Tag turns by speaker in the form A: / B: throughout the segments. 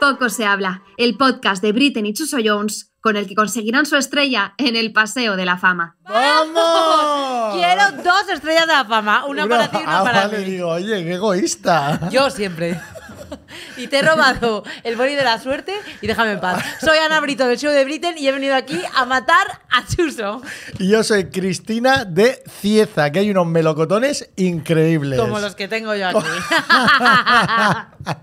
A: Tacos se habla, el podcast de Britney y Chuso Jones, con el que conseguirán su estrella en el Paseo de la Fama.
B: ¡Vamos!
C: Quiero dos estrellas de la fama, una para ti y una
B: ah,
C: para
B: vale,
C: mí.
B: digo, oye, qué egoísta.
C: Yo siempre. Y te he robado el boli de la suerte y déjame en paz. Soy Ana Brito del show de Britain y he venido aquí a matar a Chuso.
B: Y yo soy Cristina de Cieza, que hay unos melocotones increíbles.
C: Como los que tengo yo aquí.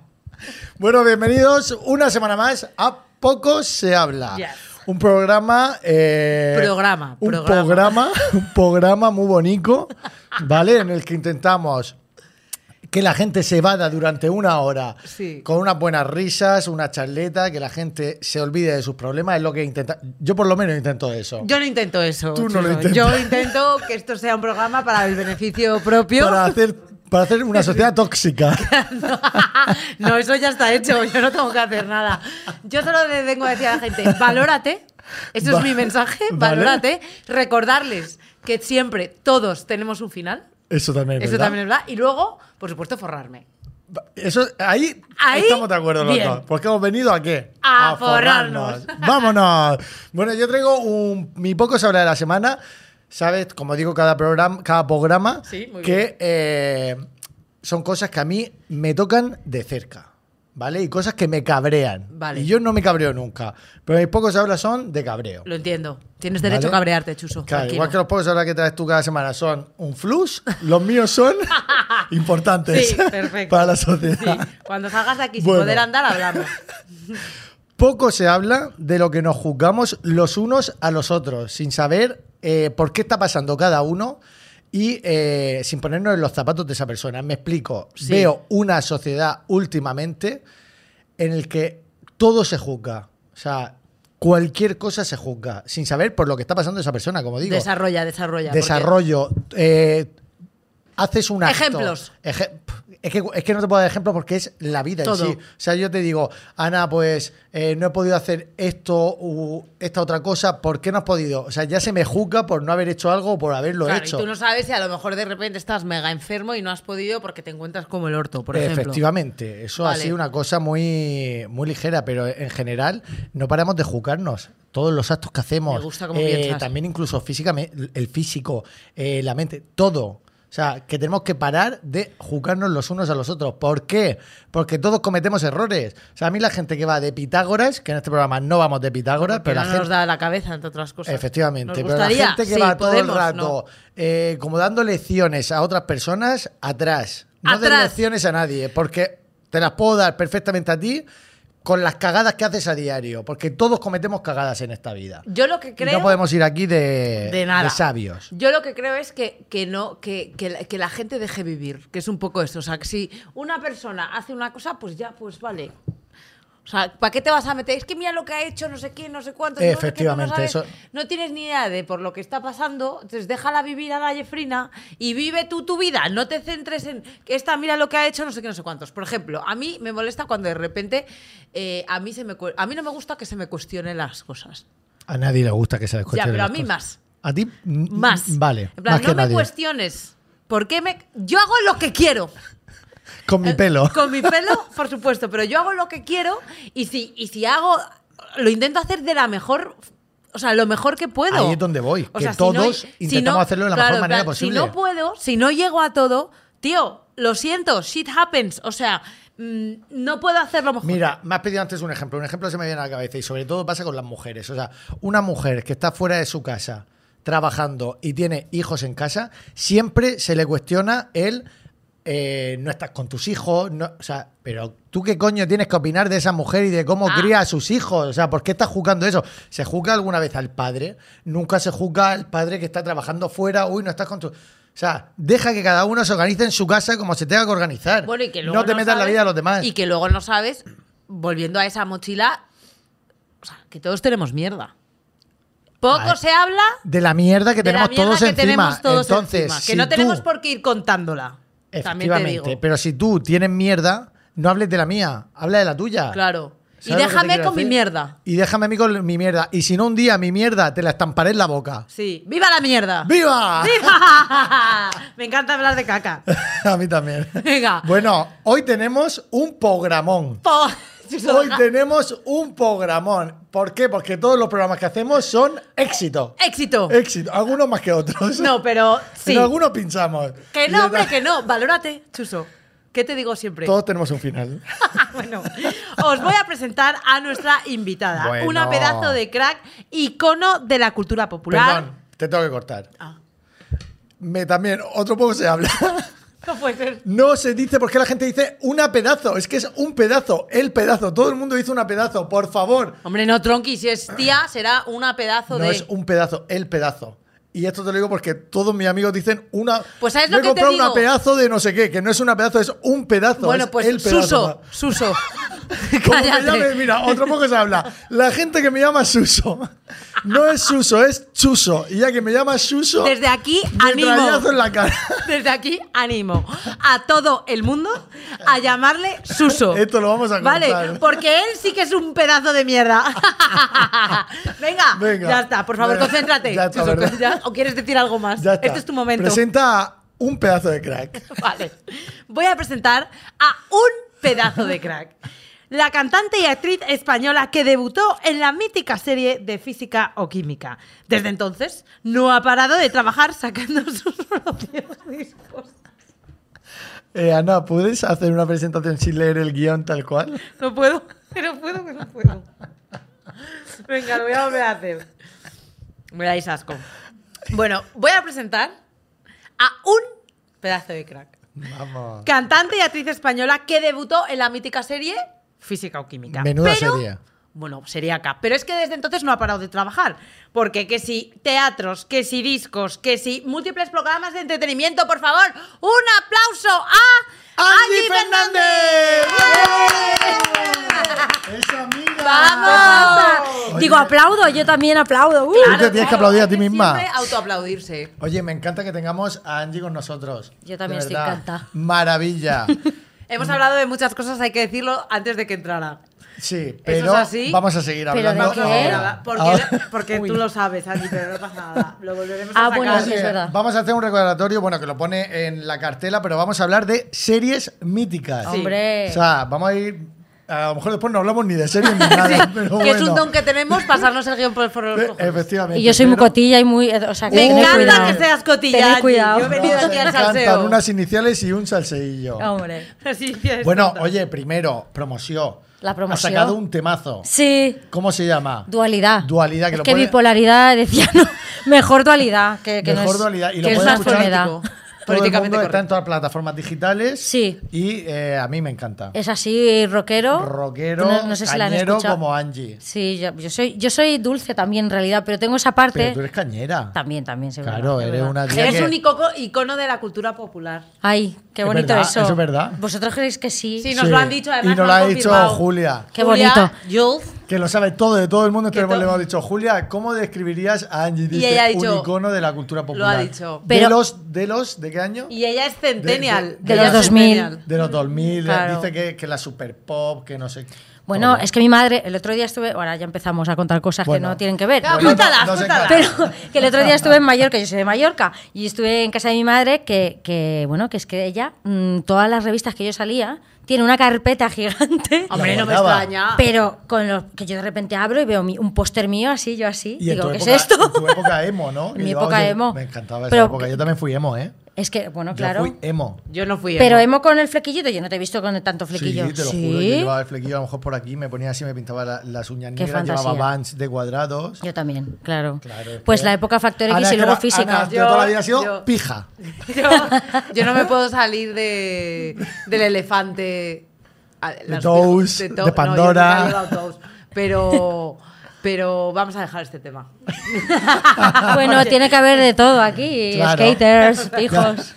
B: Bueno, bienvenidos una semana más a Poco se habla.
C: Yes.
B: Un programa. eh,
C: Programa,
B: Un
C: programa.
B: programa, un programa muy bonito, ¿vale? En el que intentamos que la gente se vada durante una hora
C: Sí.
B: con unas buenas risas, una charleta, que la gente se olvide de sus problemas. Es lo que intenta. Yo, por lo menos, intento eso.
C: Yo no intento eso.
B: Tú no lo
C: Chuso.
B: intentas.
C: Yo intento que esto sea un programa para el beneficio propio.
B: para, hacer, para hacer una sociedad tóxica.
C: No, eso ya está hecho. Yo no tengo que hacer nada. Yo solo le vengo a decir a la gente, valórate. Eso
B: Va-
C: es mi mensaje,
B: Vale.
C: valórate. Recordarles que siempre todos tenemos un final.
B: Eso también es
C: Eso
B: verdad.
C: también es verdad. Y luego, por supuesto, forrarme.
B: Eso, ahí,
C: Ahí,
B: estamos de acuerdo los
C: bien.
B: dos. Porque hemos venido a qué?
C: A forrarnos.
B: forrarnos. Vámonos. Bueno, yo traigo un, mi poco sobre de la semana. ¿Sabes? Como digo, cada programa, cada programa
C: Sí, muy
B: que
C: bien.
B: eh, son cosas que a mí me tocan de cerca. ¿Vale? Y cosas que me cabrean.
C: Vale.
B: Y yo no me cabreo nunca. Pero mis pocos habla son de cabreo.
C: Lo entiendo. Tienes derecho
B: ¿Vale?
C: a cabrearte, Chuso.
B: Claro,
C: Tranquilo.
B: igual que los pocos ahora que traes tú cada semana son un flux, los míos son importantes
C: Sí, perfecto.
B: para la sociedad.
C: Sí, cuando salgas de aquí
B: Bueno.
C: sin poder andar, hablamos.
B: Poco se habla de lo que nos juzgamos los unos a los otros, sin saber eh, por qué está pasando cada uno y eh, sin ponernos en los zapatos de esa persona. Me explico.
C: Sí.
B: Veo una sociedad últimamente en el que todo se juzga. O sea, cualquier cosa se juzga, sin saber por lo que está pasando esa persona, como digo.
C: desarrolla, desarrolla. porque-
B: Desarrollo. eh, haces un acto.
C: Ejemplos.
B: Eje- es, que, es que no te puedo dar ejemplos porque es la vida
C: Todo.
B: en sí. O sea, yo te digo, Ana, pues eh, no he podido hacer esto u esta otra cosa. ¿Por qué no has podido? O sea, ya se me juzga por no haber hecho algo o por haberlo
C: Claro,
B: hecho.
C: y tú no sabes si a lo mejor de repente estás mega enfermo y no has podido porque te encuentras como el orto, por ejemplo.
B: Efectivamente, eso ha
C: Vale.
B: sido una cosa muy, muy ligera, pero en general no paramos de juzgarnos. Todos los actos que hacemos,
C: Me gusta cómo
B: eh,
C: piensas.
B: también incluso físicamente, el físico, eh, la mente, todo. O sea, que tenemos que parar de juzgarnos los unos a los otros. ¿Por qué? Porque todos cometemos errores. O sea, a mí la gente que va de Pitágoras, que en este programa no vamos de Pitágoras,
C: Porque
B: pero la
C: no
B: gente...
C: nos da la cabeza, entre otras cosas.
B: Efectivamente,
C: Pues, Nos
B: pero la
C: gustaría,
B: gente que
C: sí,
B: va todo
C: podemos,
B: el
C: ¿no?
B: rato eh, como dando lecciones a otras personas, atrás. No des
C: Atrás.
B: lecciones a nadie, porque te las puedo dar perfectamente a ti con las cagadas que haces a diario, porque todos cometemos cagadas en esta vida.
C: Yo lo que
B: Y
C: creo...
B: no podemos ir aquí Eh, de,
C: de nada.
B: sabios.
C: Yo lo que creo es que, que no, que, que la, que la gente deje vivir, que es un poco eso. O sea, que si una persona hace una cosa, pues ya, pues vale. O sea, ¿para qué te vas a meter? Es que mira lo que ha hecho, no sé quién, no sé cuánto. no sé qué, tú
B: Efectivamente,
C: no, sabes,
B: eso-
C: no tienes ni idea de por lo que está pasando. Entonces, déjala vivir a la Jefrina y vive tú tu vida. No te centres en que esta mira lo que ha hecho, no sé qué, no sé cuántos. Por ejemplo, a mí me molesta cuando de repente eh, a, mí se me, cu- a mí no me gusta que se me cuestionen las cosas.
B: A nadie le gusta que se les
C: Ya,
B: cuestione
C: pero a
B: las
C: mí
B: cosas.
C: más.
B: A ti mm,
C: Más.
B: Vale,
C: En plan,
B: más
C: no
B: que
C: me
B: nadie.
C: cuestiones. ¿Por qué me.? Yo hago lo que quiero.
B: Con
C: Eh,
B: mi pelo.
C: Con mi pelo, por supuesto, pero yo hago lo que quiero y si, y si hago. Lo intento hacer de la mejor. O sea, lo mejor que puedo.
B: Ahí es donde voy, que
C: no-
B: todos intentamos hacerlo de la mejor
C: en
B: manera
C: plan,
B: posible.
C: Si no puedo, si no llego a todo, tío, lo siento, shit happens. O sea, mm, no puedo hacerlo mejor.
B: Mira, me has pedido antes un ejemplo. Un ejemplo se me viene a la cabeza y sobre todo pasa con las mujeres. O sea, una mujer que está fuera de su casa trabajando y tiene hijos en casa, siempre se le cuestiona el eh, no estás con tus hijos. no- o sea, pero tú qué coño tienes que opinar de esa mujer y de cómo
C: Ah.
B: cría a sus hijos. O sea, ¿por qué estás juzgando eso? ¿Se juzga alguna vez al padre? Nunca se juzga al padre que está trabajando fuera. Uy, no estás con tus. O sea, deja que cada uno se organice en su casa como se tenga que organizar.
C: Bueno, y que luego
B: no te metas en la
C: sabes-
B: vida de los demás.
C: Y que luego no sabes, volviendo a esa mochila, o sea, que todos tenemos mierda. Poco
B: Ay.
C: se habla
B: De la mierda Ah, que
C: de la
B: tenemos
C: mierda
B: todos
C: que
B: encima.
C: tenemos todos
B: Entonces,
C: encima, Que
B: si
C: no tenemos
B: tú-
C: por qué ir contándola. También te
B: Efectivamente,
C: digo.
B: pero si tú tienes mierda, no hables de la mía, habla de la tuya.
C: Claro. Y
B: ¿Sabes lo que te
C: déjame
B: quiero
C: con mi
B: decir?
C: mierda.
B: Y déjame a mí con mi mierda. Y si no un día mi mierda te la estamparé en la boca.
C: Sí. ¡Viva la mierda!
B: ¡Viva!
C: ¡Viva! Me encanta hablar de caca.
B: a mí también.
C: Venga.
B: Bueno, hoy tenemos un programón.
C: Po-
B: Hoy tenemos un programón. ¿Por qué? Porque todos los programas que hacemos son éxito.
C: Éxito.
B: Éxito. Algunos más que otros.
C: No, pero sí.
B: En algunos pinchamos.
C: Que
B: Y
C: no, hombre,
B: otra-
C: que no. Valórate, Chuso. ¿Qué te digo siempre?
B: Todos tenemos un final.
C: bueno, os voy a presentar a nuestra invitada,
B: Bueno.
C: una pedazo de crack, icono de la cultura popular.
B: Perdón, te tengo que cortar.
C: Ah,
B: Me también, otro poco se habla.
C: no puede ser.
B: No se dice porque la gente dice una pedazo. Es que es un pedazo, el pedazo. Todo el mundo dice una pedazo, por favor.
C: Hombre, no, Tronqui, si es tía, será una pedazo
B: No
C: de.
B: es un pedazo, el pedazo. Y esto te lo digo porque todos mis amigos dicen una.
C: Pues, ¿sabes lo
B: me he
C: que te
B: comprado una
C: digo?
B: pedazo de no sé qué, que no es una pedazo, es un pedazo.
C: bueno,
B: es
C: pues
B: el pedazo.
C: Suso, Suso.
B: Como me
C: Cállate.
B: llame- mira, otro poco se habla. La gente que me llama Suso. No es Suso, es Chuso. Y ya que me llama Suso.
C: Desde aquí
B: metrallazo en
C: animo.
B: la cara.
C: Desde aquí animo a todo el mundo a llamarle Suso.
B: Esto lo vamos a
C: Vale,
B: cortar.
C: porque él sí que es un pedazo de mierda. Venga,
B: Venga.
C: ya está, por favor,
B: Venga,
C: concéntrate.
B: ya está,
C: Suso,
B: ¿verdad?
C: ya- ¿O quieres decir algo más?
B: Ya está.
C: Este es tu momento.
B: Presenta a un pedazo de crack.
C: Vale. Voy a presentar a un pedazo de crack. La cantante y actriz española que debutó en la mítica serie de física o química. Desde entonces no ha parado de trabajar sacando sus propios discos.
B: Eh, Ana, ¿puedes hacer una presentación sin leer el guión tal cual?
C: No puedo, que no puedo, que no puedo. Venga, lo voy a volver a hacer. Me dais asco. Bueno, voy a presentar a un pedazo de crack.
B: Vamos.
C: Cantante y actriz española que debutó en la mítica serie Física o Química.
B: Menuda
C: Pero-
B: serie.
C: Bueno, sería acá. Pero es que desde entonces no ha parado de trabajar. Porque que si teatros, que si discos, que si múltiples programas de entretenimiento, por favor, un aplauso a
B: ¡Andy
C: Angie
B: ¡Es amiga!
C: ¡Vamos!
B: Oye.
D: Digo, aplaudo, yo también aplaudo. ¡Uh!
B: Tú te tienes que aplaudir a ti
C: hay que
B: misma.
C: Siempre autoaplaudirse.
B: Oye, me encanta que tengamos a Angie con nosotros.
D: Yo también
B: De
D: estoy
B: verdad.
D: encantada.
B: Maravilla.
C: Hemos hablado de muchas cosas, hay que decirlo antes de que entrara.
B: Sí,
C: es
B: pero
C: así?
B: vamos a seguir
D: ¿Pero de
B: hablando.
D: qué?
B: ahora.
C: Porque,
B: Ahora.
C: porque tú lo sabes, Angie, pero no pasa nada. Lo volveremos a
D: Ah,
C: sacar.
D: bueno,
B: Así
D: sí, es
B: que
D: verdad.
B: Vamos a hacer un recordatorio, bueno, que lo pone en la cartela, pero vamos a hablar de series míticas.
C: Sí.
D: Hombre.
B: O sea, vamos a ir. A lo mejor después no hablamos ni de series ni nada. pero
C: que es un
B: bueno.
C: don que tenemos pasarnos el guión por el foro de los
B: Eh,
C: cojones.
B: Efectivamente.
D: y yo soy muy
B: pero-
D: cotilla y muy. eh, O sea, que
C: Me
D: tened
C: encanta
D: cuidado.
C: que seas cotilla,
D: Tened
C: Angie.
D: cuidado.
C: Yo he venido
B: Nos
C: aquí al
B: encantan
C: salseo.
B: unas iniciales y un salseillo.
D: Hombre.
C: Así, ya es
B: Bueno,
C: tonta.
B: oye, primero, promoción.
D: La promoción.
B: Ha sacado un temazo.
D: Sí.
B: ¿Cómo se llama?
D: Dualidad.
B: Dualidad, que
D: es
B: lo
D: que
B: pone-
D: bipolaridad decía, no, mejor dualidad. Que, que no
B: Mejor
D: es-
B: dualidad. Y lo
D: que es
B: pueden
D: una
B: escuchar
D: enfermedad.
B: todo el
C: Políticamente
B: mundo, está
C: correcto.
B: en todas las plataformas digitales.
D: Sí.
B: Y eh, a mí me encanta.
D: Es así, rockero.
B: Rockero,
D: No, no sé si la han
B: cañero
D: escuchado.
B: como Angie.
D: Sí, yo, yo soy, yo soy dulce también en realidad, pero tengo esa parte.
B: Pero tú eres cañera.
D: También, también, seguro.
B: Claro, eres una tía
C: Eres
B: que-
C: un icono, icono de la cultura popular.
D: Ay, qué
B: Es
D: bonito
B: verdad,
D: eso.
B: eso es verdad.
D: ¿Vosotros creéis que sí?
C: Sí, nos lo han dicho, además
B: Y nos lo
C: lo han
B: ha dicho
C: confirmado.
B: Julia.
D: Qué
C: Julia,
D: bonito.
C: Jules,
B: Que lo sabe todo de todo el mundo.
C: Que
B: Entonces
C: to-
B: le hemos dicho, Julia, ¿cómo describirías a Angie? Dice,
C: ella ha dicho-
B: un icono de la cultura popular.
C: dicho.
B: De,
D: Pero-
B: los, de los, ¿de qué año?
C: Y ella es centennial.
B: De- de- de
C: Ella
B: los
C: es
D: 2000.
C: centennial.
B: De los 2000.
D: Claro.
B: Dice que, que la super pop, que no sé qué.
D: Bueno,
B: Todo.
D: es que mi madre, el otro día estuve, ahora ya empezamos a contar cosas
B: Bueno.
D: que no tienen que ver.
C: Claro,
D: pero-
C: cuéntalas,
B: no se
C: cuéntalas.
B: encarga.
D: Pero que el otro día estuve en Mallorca, yo soy de Mallorca, y estuve en casa de mi madre que, que, bueno, que es que ella, mm, todas las revistas que yo salía, tiene una carpeta gigante,
C: Hombre, no me
B: guardaba.
C: extraña.
D: pero con lo que yo de repente abro y veo mi- un póster mío así, yo así,
B: Y en
D: digo,
B: tu
D: ¿qué es
B: época-
D: esto?
B: en tu época emo, ¿no?
D: En
B: Que
D: mi
B: llevabas
D: época
B: el-
D: emo.
B: Me encantaba esa
D: Pero-
B: época. Yo también fui emo, ¿eh?
D: Es que, bueno, claro.
B: Yo fui emo.
C: Yo no fui
D: Pero
C: emo.
D: emo con el flequillito, yo no te he visto con tanto flequillo.
B: Sí, te lo juro. Yo llevaba el flequillo a lo mejor por aquí, me ponía así, me pintaba la- las uñas
D: Qué
B: negras, llevaba
D: fantasía.
B: bands de cuadrados.
D: Yo también, claro.
B: Claro, es
D: pues
B: que-
D: la época Factor X
B: Ana, es
D: y
B: que
D: luego
B: era-
D: física.
B: Ana, yo toda la vida he sido
C: Yo-
B: pija.
C: Yo, yo no me puedo salir de, del elefante. a- las-
B: Toast, de
C: no, yo
B: Pandora.
C: nunca he llevado Toast, pero, pero vamos a dejar este tema.
D: Bueno, tiene que haber de todo aquí.
B: Claro.
D: Skaters, pijos.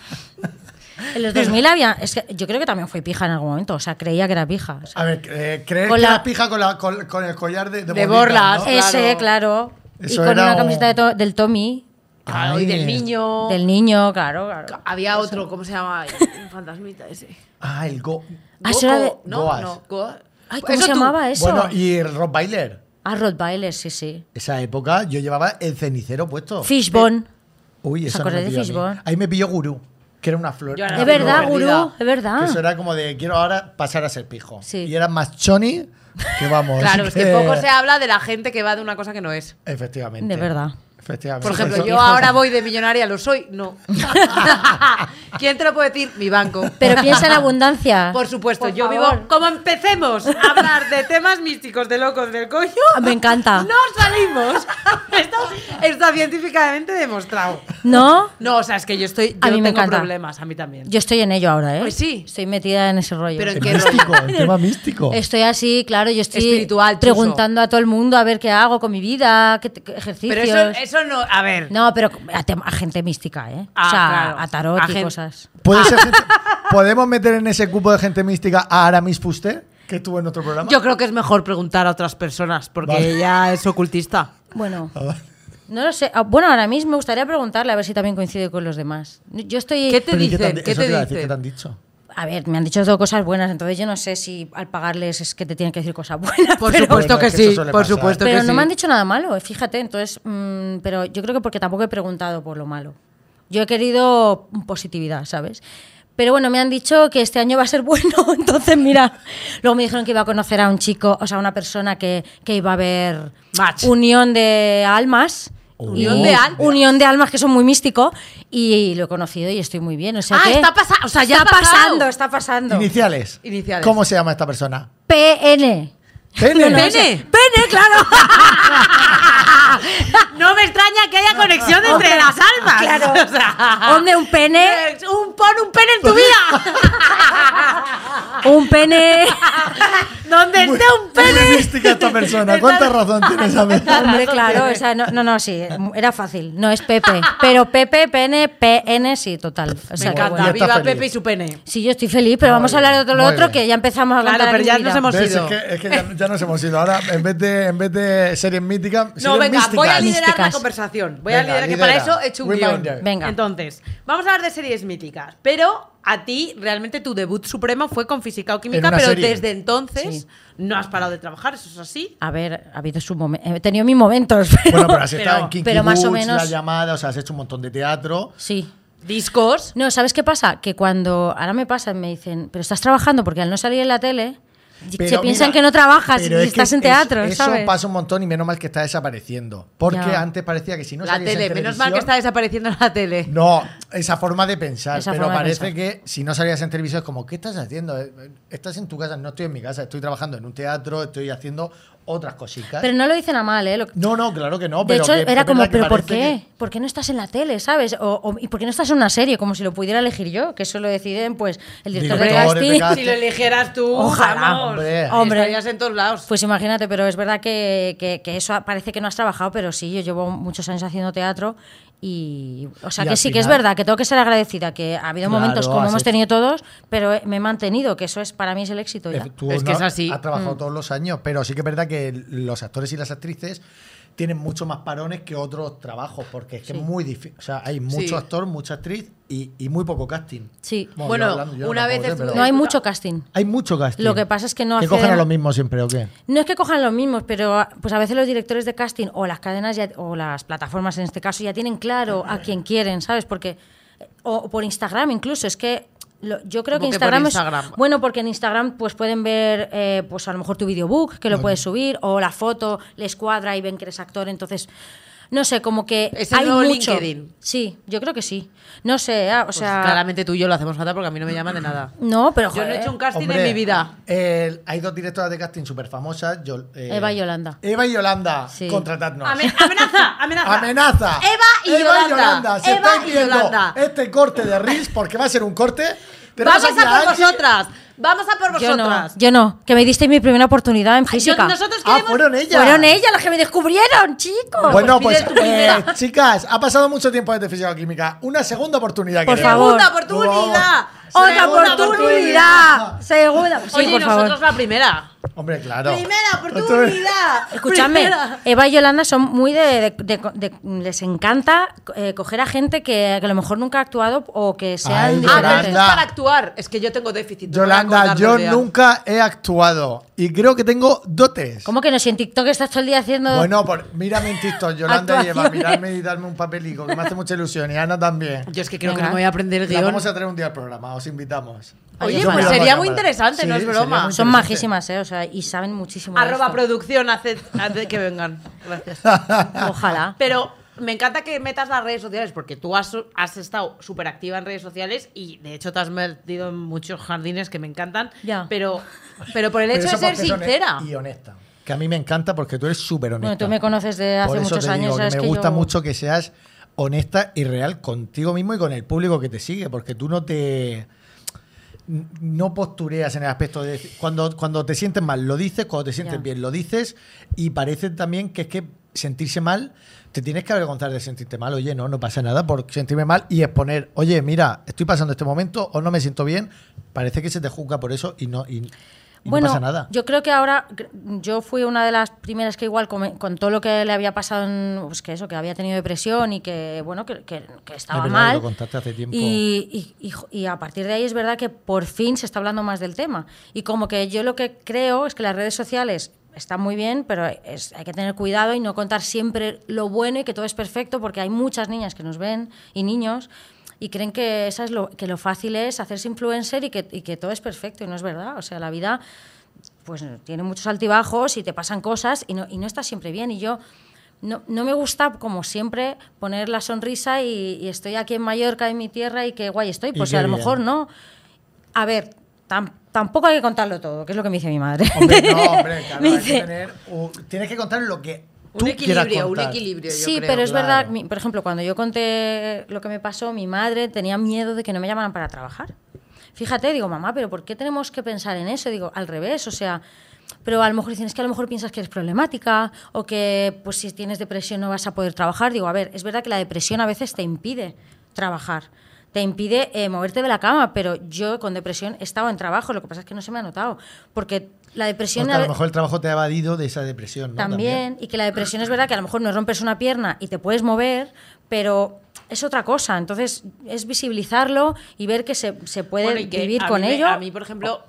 D: En los 2000 había... Es que yo creo que también fui pija en algún momento. O sea, creía que era pija. O sea,
B: A ver, eh, creer
D: Con
B: que
D: la-
B: eras pija con, la- con- con el collar de, de,
C: De
B: bolitas,
C: borlas,
B: ¿no?
C: eh.
D: ese, claro. Y
B: Eso
D: con
B: era
D: una
B: un-
D: camiseta de to- del Tommy,
C: Claro, y del
B: Ay.
C: niño.
D: del niño, claro, claro.
C: Había otro, ¿cómo se llama? Un fantasmita ese.
B: Ah, el go.
D: Ah, eso era de-
C: Goku, No,
B: Goas.
C: no. Goa-
D: Ay, ¿cómo
C: Eso
D: se
C: tú.
D: llamaba eso?
B: Bueno, y el rock bailer.
D: Ah, Rottweiler, sí, sí.
B: Esa época yo llevaba el cenicero puesto.
D: Fishbone.
B: Uy,
D: ¿Os
B: esa no me
D: acordáis de
B: pilló a mí.
D: Fishbone?
B: Ahí me pilló Gurú. que era una flor.
C: Yo ahora
B: una
D: Es
C: no,
B: flor
D: verdad,
C: no,
B: perdida,
D: gurú, es verdad.
B: que Eso era como de quiero ahora pasar a ser pijo.
D: Sí.
B: Y era más choni que vamos.
C: Claro, es que poco se habla de la gente que va de una cosa que no es.
B: Efectivamente.
D: De verdad.
B: Efectivamente.
C: Por ejemplo,
B: Eso-
C: yo ahora voy de millonaria, lo soy, no. ¿Quién te lo puede decir? Mi banco.
D: Pero piensa en abundancia.
C: Por supuesto,
D: Por
C: yo
D: favor.
C: vivo. Como empecemos a hablar de temas místicos, de locos, del coño.
D: Ah, Me encanta.
C: No salimos. Esto está científicamente demostrado.
D: ¿No?
C: No, o sea, es que yo estoy. Yo
D: A mí me
C: tengo
D: encanta.
C: problemas, a mí también.
D: Yo estoy en ello ahora, ¿eh?
C: Pues sí.
D: Estoy metida en ese rollo.
C: Pero
B: El
C: ¿en qué
B: místico, el tema místico.
D: Estoy así, claro, yo estoy
C: Espiritual, chuso.
D: preguntando a todo el mundo a ver qué hago con mi vida, qué, qué ejercicios.
C: Pero eso, eso no. A ver.
D: No, pero a, tem- a gente mística, ¿eh?
C: Ah,
D: o sea,
C: claro.
D: a tarot
C: A
D: y
C: gen-
D: cosas.
C: Ah.
B: ¿Puede ser gente- ¿Podemos meter en ese cupo de gente mística a Aramis Fuster, que estuvo en otro programa?
C: Yo creo que es mejor preguntar a otras personas, porque
B: Vale.
C: ella es ocultista.
D: Bueno,
B: Ah, vale.
D: no lo sé. Ah, Bueno, ahora mismo me gustaría preguntarle a ver si también coincide con los demás. Yo estoy.
C: ¿Qué te
B: Pero ¿y
C: dicen?
B: han di-
C: ¿Qué
B: eso
C: te
B: iba a
C: dicen?
B: decir, ¿Qué te han dicho?
D: A ver, me han dicho dos cosas buenas, entonces yo no sé si al pagarles es que te tienen que decir cosas buenas.
C: Por
D: pero-
C: supuesto
B: Bueno,
C: que
B: es que eso
C: sí,
B: suele
C: por
B: pasar.
C: supuesto
D: Pero
C: que
D: no
C: sí.
D: me han dicho nada malo, eh, fíjate. Entonces, mm, pero yo creo que porque tampoco he preguntado por lo malo. Yo he querido positividad, ¿sabes? Pero bueno, me han dicho que este año va a ser bueno, entonces mira. Luego me dijeron que iba a conocer a un chico, o sea, a una persona que, que iba a haber
C: Match.
D: unión de almas.
C: Unión
D: Y-
C: de al-
D: Unión de almas, que son muy místico. Y lo he conocido y estoy muy bien. O sea
C: Ah,
D: que-
C: está pasa- o sea, ya
D: está
C: ha pasado.
D: pasando, está pasando.
B: Iniciales.
C: Iniciales.
B: ¿Cómo se llama esta persona?
D: PN.
B: Pene.
D: No, no, o sea,
C: Pene.
D: Pene, claro.
C: No me extraña que haya conexión entre las almas. Claro. O sea,
D: Hombre, un pene.
C: es un pon un pene en tu vida.
D: Un pene.
C: Donde esté un
B: Muy
C: pene.
B: mística esta persona. ¿Cuánta razón tienes a ver?
D: Hombre, claro. o sea, no, no, no, sí. Era fácil. No es Pepe. Pero Pepe, pene, PN, sí, total. O
C: Me
D: sea, que
C: encanta.
D: bueno.
B: Ya está
C: Viva
B: feliz.
C: Pepe y su pene.
D: Sí, yo estoy feliz, pero vamos a hablar de todo lo
B: Muy
D: otro
B: bien.
D: que ya empezamos a hablar
C: Claro,
D: de la
C: pero ya
D: intimidad.
C: nos hemos-
B: ¿Ves? Es
C: ido.
B: que, es que ya, ya nos hemos ido. Ahora, en vez de, en vez de series míticas,
C: No,
B: series
C: venga, voy a liderar
B: místicas.
C: la
D: Místicas.
C: conversación. Voy a
B: Venga,
C: liderar, que
B: lidera.
C: para eso he hecho un guión.
B: Reminder.
D: Venga.
C: Entonces, vamos a hablar de series míticas. Pero a ti, realmente, tu debut supremo fue con Física o
B: En
C: Química,
B: una
C: pero
B: serie.
C: desde entonces
D: Sí.
C: no has parado de trabajar, eso es así.
D: A ver, ha habido su momento. He tenido mis momentos, pero.
B: Bueno, pero has estado
C: Pero-
B: en Kinky
D: pero más o
B: Boots,
D: menos-
B: La Llamada, o sea, has hecho un montón de teatro.
D: Sí.
C: Discos.
D: No, ¿sabes qué pasa? Que cuando ahora me pasa, me dicen, pero estás trabajando porque al no salir en la tele,
B: Pero
D: se piensan
B: mira,
D: que no trabajas y
B: pero es que
D: estás en
B: es-
D: teatro,
B: eso
D: ¿sabes?
B: pasa un montón y menos mal que está desapareciendo. Porque
D: Ya.
B: antes parecía que si no
C: la
B: salías en
C: tele, menos mal que
B: televisión-
C: está desapareciendo la tele.
B: No, esa forma de pensar.
D: Esa
B: pero
D: forma de
B: parece
D: pensar.
B: que si no salías en televisión es como, ¿qué estás haciendo? Eh, Estás en tu casa, no estoy en mi casa, estoy trabajando en un teatro, estoy haciendo otras cositas.
D: Pero no lo dicen a mal, ¿eh? Lo-
B: no, no, claro que no.
D: De
B: Oh, pero
D: hecho,
B: que- que
D: era
B: es
D: como,
B: verdad que
D: ¿pero por
B: parece
D: qué? ¿Por qué no estás en la tele, sabes? O, o- ¿Y por qué no estás en una serie? Como si lo pudiera elegir yo, que eso lo deciden, pues, el director
B: Directores de
D: de casting.
B: casting.
C: Si lo eligieras tú,
D: Ojalá,
C: vamos,
B: hombre.
D: Hombre.
C: estarías en todos lados.
D: Pues imagínate, pero es verdad que, que- que eso parece que no has trabajado, pero sí, yo llevo muchos años haciendo teatro y. O sea,
B: Y
D: que
B: al
D: sí que es
B: final-
D: verdad, que tengo que ser agradecida, que ha habido
B: Claro,
D: momentos como
B: has
D: hemos
B: hecho-
D: tenido todos, pero me he mantenido, que eso es para mí es Mm. el éxito. ya.
B: Eh, tú
C: Es que es así.
B: Has trabajado todos los años, pero sí que es verdad que los actores y las actrices tienen mucho más parones que otros trabajos, porque es que es muy difícil. O sea, hay mucho
C: Sí.
B: actor, mucha actriz y, y muy poco casting.
D: Sí.
B: yo
C: Bueno,
B: yo
C: una vez
B: puedo ser,
C: estuve-
B: pero-
D: No hay mucho casting.
B: Hay mucho casting.
D: Lo que pasa es que no
B: ¿Que
D: acceden
B: cogen a
D: a-
B: lo mismo siempre o qué?
D: No es que cojan los mismos, pero ah, pues a veces los directores de casting o las cadenas ya- o las plataformas en este caso ya tienen claro a quién quieren, ¿sabes? Porque o, o por Instagram incluso, es que lo- yo creo
C: ¿Cómo
D: que
C: que por
D: Instagram, es-
C: Instagram?
D: bueno porque en Instagram pues pueden ver eh, pues a lo mejor tu videobook que lo puedes subir o la foto les cuadra y ven que eres actor, entonces no sé, como que
C: Es el
D: hay
C: nuevo
D: mucho.
C: LinkedIn.
D: Sí, yo creo que sí. No sé, ah, o
C: Pues
D: sea,
C: claramente tú y yo lo hacemos fatal porque a mí no me llaman de nada.
D: no, pero
C: Yo no he
D: joder.
C: hecho un casting
B: Hombre,
C: en mi vida.
B: el- hay dos directoras de casting súper famosas. Yol- eh,
D: Eva y Yolanda.
B: Eva y Yolanda,
D: Sí.
B: contratadnos.
C: Ame- amenaza, amenaza.
B: Amenaza.
C: Eva y
B: Eva
C: Yolanda.
B: y Yolanda. Si
C: Eva
B: estáis
C: y
B: viendo
C: Yolanda.
B: este corte de Reels, porque va a ser un corte. tenemos
C: Vamos a
B: aquí
C: por
B: alguien-
C: vosotras. Vamos a por
D: yo no,
C: vosotras.
D: yo no, que me disteis mi primera oportunidad en
C: Yo-
D: física.
C: nosotros
B: Ah,
C: queremos.
B: fueron ellas.
D: Fueron ellas las que me descubrieron, chicos.
B: Bueno,
C: Pues
B: pues,
C: pide tu primera.
B: eh, chicas, ha pasado mucho tiempo desde Física Química. Una segunda oportunidad.
D: Por
B: queremos.
D: favor.
C: Segunda oportunidad.
B: Por favor.
D: Otra
C: Segunda
D: oportunidad. Segunda. Sí,
C: Oye, y
D: por
C: nosotros
D: favor.
C: la primera.
B: Hombre, claro.
C: Primera oportunidad.
D: Escuchadme,
C: Primera.
D: Eva y Yolanda son muy de. de- de- de- les encanta eh, coger a gente que, que a lo mejor nunca ha actuado o que sean
B: Ay,
C: Ah, pero
D: diferentes.
C: esto es
B: Yolanda.
C: para actuar. Es que yo tengo déficit. no me voy a
B: Yolanda,
C: acordar
B: yo
C: de-
B: nunca he actuado y creo que tengo dotes.
D: ¿Cómo que no? Si en TikTok estás todo el día haciendo.
B: Bueno, por, mírame en TikTok, Yolanda y Eva,
D: Actuaciones.
B: mirarme y darme un papelico, que me hace mucha ilusión, y Ana también.
C: Yo es que creo que
D: Venga.
C: no me voy a aprender el
B: La
C: guión.
B: vamos a traer un día al programa, os invitamos.
D: Oye,
B: Eso
D: pues
B: miramos
C: sería
B: la
C: muy
B: cámara.
C: interesante, no es
B: sería
C: broma.
B: muy
D: son
B: interesante.
D: majísimas, ¿eh? O sea, y saben muchísimo. de
C: Arroba
D: esto.
C: producción, haced, haced que vengan. Gracias.
D: Ojalá.
C: Pero me encanta que metas las redes sociales porque tú has, has estado súper activa en redes sociales y de hecho te has metido en muchos jardines que me encantan.
D: Ya.
C: Pero, pero por el
B: Pero
C: hecho de
B: eso
C: ser
B: porque son-
C: sincera.
B: Y honesta. Que a mí me encanta porque tú eres súper honesta.
D: Bueno, tú me conoces de hace
B: Por eso
D: muchos
B: te
D: años.
B: digo
D: sabes
B: que me
D: que
B: gusta
D: yo-
B: mucho que seas honesta y real contigo mismo y con el público que te sigue, porque tú no te no postureas en el aspecto de cuando, cuando te sientes mal lo dices, cuando te sientes
D: Ya.
B: bien lo dices y parece también que es que sentirse mal te tienes que avergonzar de sentirte mal, oye, no, no pasa nada por sentirme mal y exponer, oye, mira, estoy pasando este momento o no me siento bien, parece que se te juzga por eso y no, y, y
D: Bueno,
B: no pasa nada.
D: yo creo que ahora cre- yo fui una de las primeras que igual come- con, todo lo que le había pasado, en- pues que eso, que había tenido depresión y que bueno, que, que- que estaba
B: Es verdad,
D: mal.
B: lo contaste hace tiempo.
D: Y, y- y jo- y a partir de ahí es verdad que por fin se está hablando más del tema. Y como que yo lo que creo es que las redes sociales están muy bien, pero es- hay que tener cuidado y no contar siempre lo bueno y que todo es perfecto, porque hay muchas niñas que nos ven y niños y creen que, esa es lo, que lo fácil es hacerse influencer y que, y que todo es perfecto y no es verdad. O sea, la vida pues tiene muchos altibajos y te pasan cosas y no, y no estás siempre bien. Y yo no, no me gusta, como siempre, poner la sonrisa y, y estoy aquí en Mallorca, en mi tierra, y qué guay estoy.
B: Y
D: Pues
B: qué
D: a lo
B: bien.
D: mejor no. A ver, tam- tampoco hay que contarlo todo, que es lo que me dice mi madre.
B: Hombre, no, hombre, claro,
D: Me
B: hay
D: dice-
B: que tener, o- tienes que contar lo que tú
C: un
B: quieras
C: equilibrio,
B: contar.
C: un equilibrio. yo
D: Sí,
C: creo.
D: pero es
B: claro.
D: verdad, mi- por ejemplo, cuando yo conté lo que me pasó, mi madre tenía miedo de que no me llamaran para trabajar. Fíjate, digo, mamá, pero ¿por qué tenemos que pensar en eso? Digo, al revés, o sea, pero a lo mejor dicen, es que a lo mejor piensas que eres problemática o que pues si tienes depresión no vas a poder trabajar. Digo, a ver, es verdad que la depresión a veces te impide trabajar, te impide eh, moverte de la cama, pero yo con depresión he estado en trabajo, lo que pasa es que no se me ha notado, porque la depresión...
B: Porque Pues a lo
D: a ve-
B: mejor el trabajo te ha evadido de esa depresión, ¿no?
D: también, y que la depresión es verdad que a lo mejor no rompes una pierna y te puedes mover, pero es otra cosa. Entonces, es visibilizarlo y ver que se, se puede
C: Bueno, y que
D: vivir
C: a
D: con
C: mí me-
D: ello.
C: A mí, por ejemplo,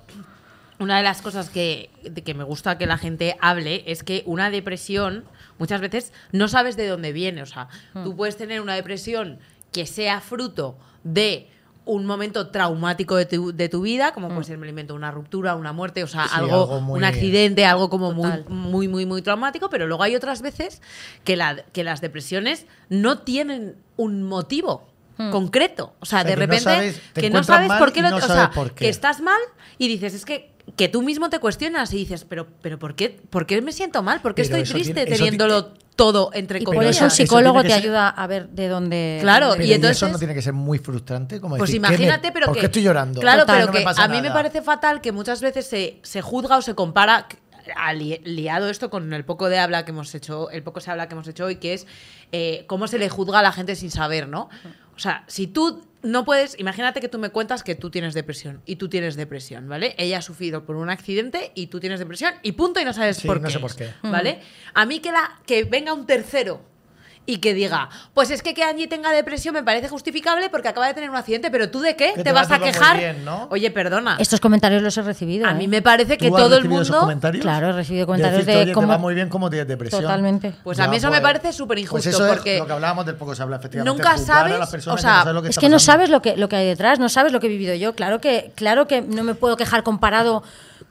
C: una de las cosas que, de que me gusta que la gente hable es que una depresión muchas veces no sabes de dónde viene. O sea,
D: Hmm.
C: tú puedes tener una depresión que sea fruto de un momento traumático de tu, de tu vida, como
D: Hmm.
C: puede ser, me lo invento, una ruptura, una muerte, o sea,
B: Sí,
C: algo,
B: algo muy-
C: un accidente, algo como muy,
D: Total.
C: muy, muy, muy traumático, pero luego hay otras veces que, la, que las depresiones no tienen un motivo
D: Hmm.
C: concreto. O sea,
B: O sea,
C: de
B: que no
C: repente
B: sabes- te
C: que no
B: encuentras
C: sabes
B: mal
C: por qué
B: y
C: lo
B: no
C: o
B: sabes
C: sea,
B: por qué.
C: que estás mal y dices, es que que tú mismo te cuestionas y dices, pero pero por qué por qué me siento mal? ¿Por qué
B: Pero
C: estoy
B: eso tiene-
C: triste
B: eso tiene-
C: teniéndolo todo entre
D: y
B: pero
D: por
C: comillas?
D: eso un
B: eso tiene
D: psicólogo
B: que
D: te
B: ser-
D: ayuda a ver de dónde.
C: Claro,
D: dónde
B: Pero
C: y
B: y
D: viene.
C: entonces-
B: eso no tiene que ser muy frustrante. Como
C: Pues
B: decir, ¿qué me-
C: imagínate, pero
B: ¿por
C: que
B: qué estoy llorando?
C: Claro,
B: Total,
C: pero
B: no
C: que
B: me pasa
C: a mí me
B: nada.
C: parece fatal que muchas veces se, se juzga o se compara a li- liado esto con el poco de habla que hemos hecho, el poco se habla que hemos hecho hoy, que es eh, cómo se le juzga a la gente sin saber, ¿no? O sea, si tú no puedes, imagínate que tú me cuentas que tú tienes depresión y tú tienes depresión, ¿vale? Ella ha sufrido por un accidente y tú tienes depresión y punto y no sabes
B: Sí,
C: por
B: no
C: qué.
B: sé por
C: es,
B: qué.
C: ¿Vale? A mí que, la, que venga un tercero y que diga, pues es que que Angie tenga depresión me parece justificable porque acaba de tener un accidente, pero tú de qué?
B: Que
C: te,
B: te va
C: vas a
B: todo muy
C: quejar.
B: bien, ¿no?
C: Oye, perdona.
D: Estos comentarios los he recibido.
C: a
D: ¿eh?
C: mí me parece que
B: ¿Tú has
C: todo el
B: recibido esos
C: mundo.
B: comentarios?
D: Claro, he recibido comentarios
B: decirte,
D: de
B: "Oye,
D: cómo-
B: te va muy bien como tienes depresión.
D: Totalmente.
C: Pues a mí eso me parece súper
B: Pues
C: injusto,
B: eso es
C: porque
B: lo que hablábamos del poco se habla, efectivamente.
C: nunca
B: juzgar a
C: sabes,
B: las personas
C: o
B: que
C: sea,
B: no saben lo
D: Es
B: está
D: que no
B: pasando.
D: sabes lo que, lo que hay detrás, no sabes lo que he vivido yo. Claro que, claro que no me puedo quejar comparado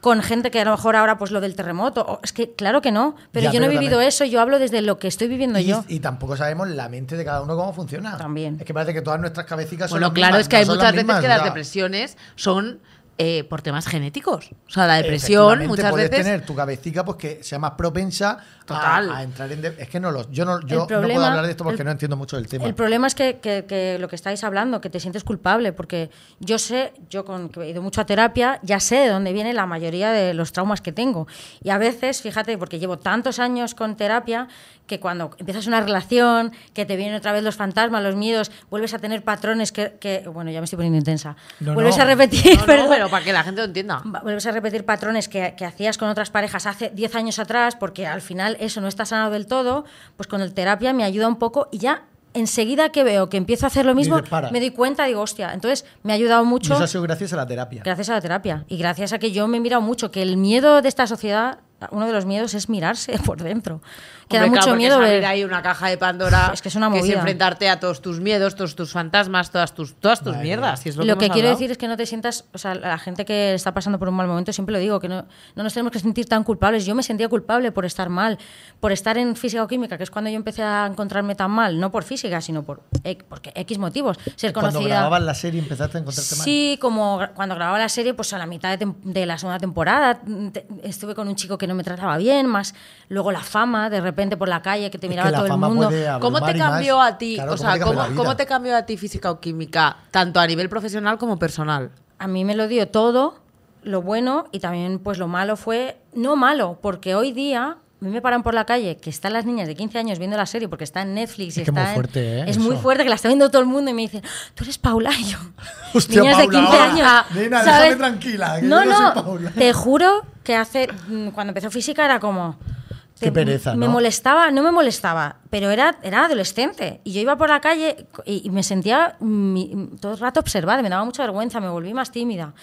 D: con gente que a lo mejor ahora pues lo del terremoto. O- Es que claro que no, pero
B: Ya,
D: yo no he
B: pero
D: vivido
B: también-
D: eso, yo hablo desde lo que estoy viviendo
B: Y,
D: yo.
B: y tampoco sabemos la mente de cada uno cómo funciona.
D: También.
B: Es que parece que todas nuestras cabecitas son.
C: Bueno,
B: las
C: claro,
B: mismas,
C: es que hay
B: no son
C: muchas veces
B: mismas,
C: que
B: o
C: las
B: sea,
C: depresiones son eh, por temas genéticos. O sea, la depresión
B: efectivamente,
C: muchas
B: puedes
C: veces.
B: tener tu cabecita pues que sea más propensa a-
C: Total.
B: A, entrar en. de- es que no lo. Yo, no, yo
D: El
B: no puedo
D: problema-
B: hablar de esto porque
D: el-
B: no entiendo mucho del tema.
D: El problema es que, que- que lo que estáis hablando, que te sientes culpable, porque yo sé, yo con, que he ido mucho a terapia, ya sé de dónde viene la mayoría de los traumas que tengo. Y a veces, fíjate, porque llevo tantos años con terapia, que cuando empiezas una relación, que te vienen otra vez los fantasmas, los miedos, vuelves a tener patrones que, que- bueno, ya me estoy poniendo intensa,
B: No,
D: vuelves
B: no.
D: a repetir,
C: No, no,
D: perdón.
C: pero pero para que la gente lo entienda.
D: Va- Vuelves a repetir patrones que, que hacías con otras parejas hace 10 años atrás, porque al final eso no está sanado del todo, pues con el terapia me ayuda un poco y ya enseguida que veo que empiezo a hacer lo mismo,
B: Dices, "Para".
D: me doy cuenta, digo, hostia, entonces me ha ayudado
B: Y
D: mucho
B: eso ha sido gracias a la terapia.
D: gracias a la terapia y gracias a que yo me he mirado mucho, que el miedo de esta sociedad, uno de los miedos es mirarse por dentro. Que da
C: Hombre, claro,
D: mucho
C: porque
D: miedo
C: es abrir
D: ver...
C: ahí una caja de Pandora.
D: Es que es una movida.
C: enfrentarte a todos tus miedos, todos tus fantasmas, todas tus, todas tus
B: Madre
C: mierdas.
B: mía.
C: si es lo,
D: Lo, que,
C: hemos
D: quiero
C: hablado.
D: decir es que no te sientas, o sea, la gente que está pasando por un mal momento, siempre lo digo, que no, no nos tenemos que sentir tan culpables. Yo me sentía culpable por estar mal, por estar en física o química, que es cuando yo empecé a encontrarme tan mal, no por física, sino por e- porque X motivos. Ser
B: Cuando
D: conocida.
B: grababas la serie empezaste a encontrarte mal.
D: Sí, como gra- cuando grababa la serie, pues a la mitad de, tem- de la segunda temporada mm, te- estuve con un chico que no me trataba bien, más luego la fama, de repente por la calle que te
B: Es
D: miraba
B: que la
D: todo el
B: fama
D: mundo.
B: puede abrumar
C: ¿Cómo te
B: y más.
C: cambió a ti?
B: Claro,
C: o sea,
B: te cambia
C: ¿cómo,
B: la vida?
C: cómo te cambió a ti física o química, tanto a nivel profesional como personal?
D: A mí me lo dio todo, lo bueno y también pues lo malo fue, no malo, porque hoy día a mí me paran por la calle, que están las niñas de 15 años viendo la serie porque está en Netflix y
B: Es que
D: está
B: muy
D: en-
B: fuerte, ¿eh?
D: es muy
B: Eso.
D: fuerte que la está viendo todo el mundo y me dicen, "Tú eres Paula." Y yo,
B: Hostia,
D: niñas
B: Paula,
D: de 15
B: ahora.
D: años.
B: Nena, déjame
D: ¿sabes?
B: tranquila, que
D: no,
B: yo no soy
D: no,
B: Paula.
D: te juro que hace mm, cuando empezó física era como
B: Qué pereza,
D: Me
B: ¿no?
D: molestaba, no me molestaba, pero era, era adolescente. Y yo iba por la calle y, y me sentía mi- todo el rato observada, me daba mucha vergüenza, me volví más tímida.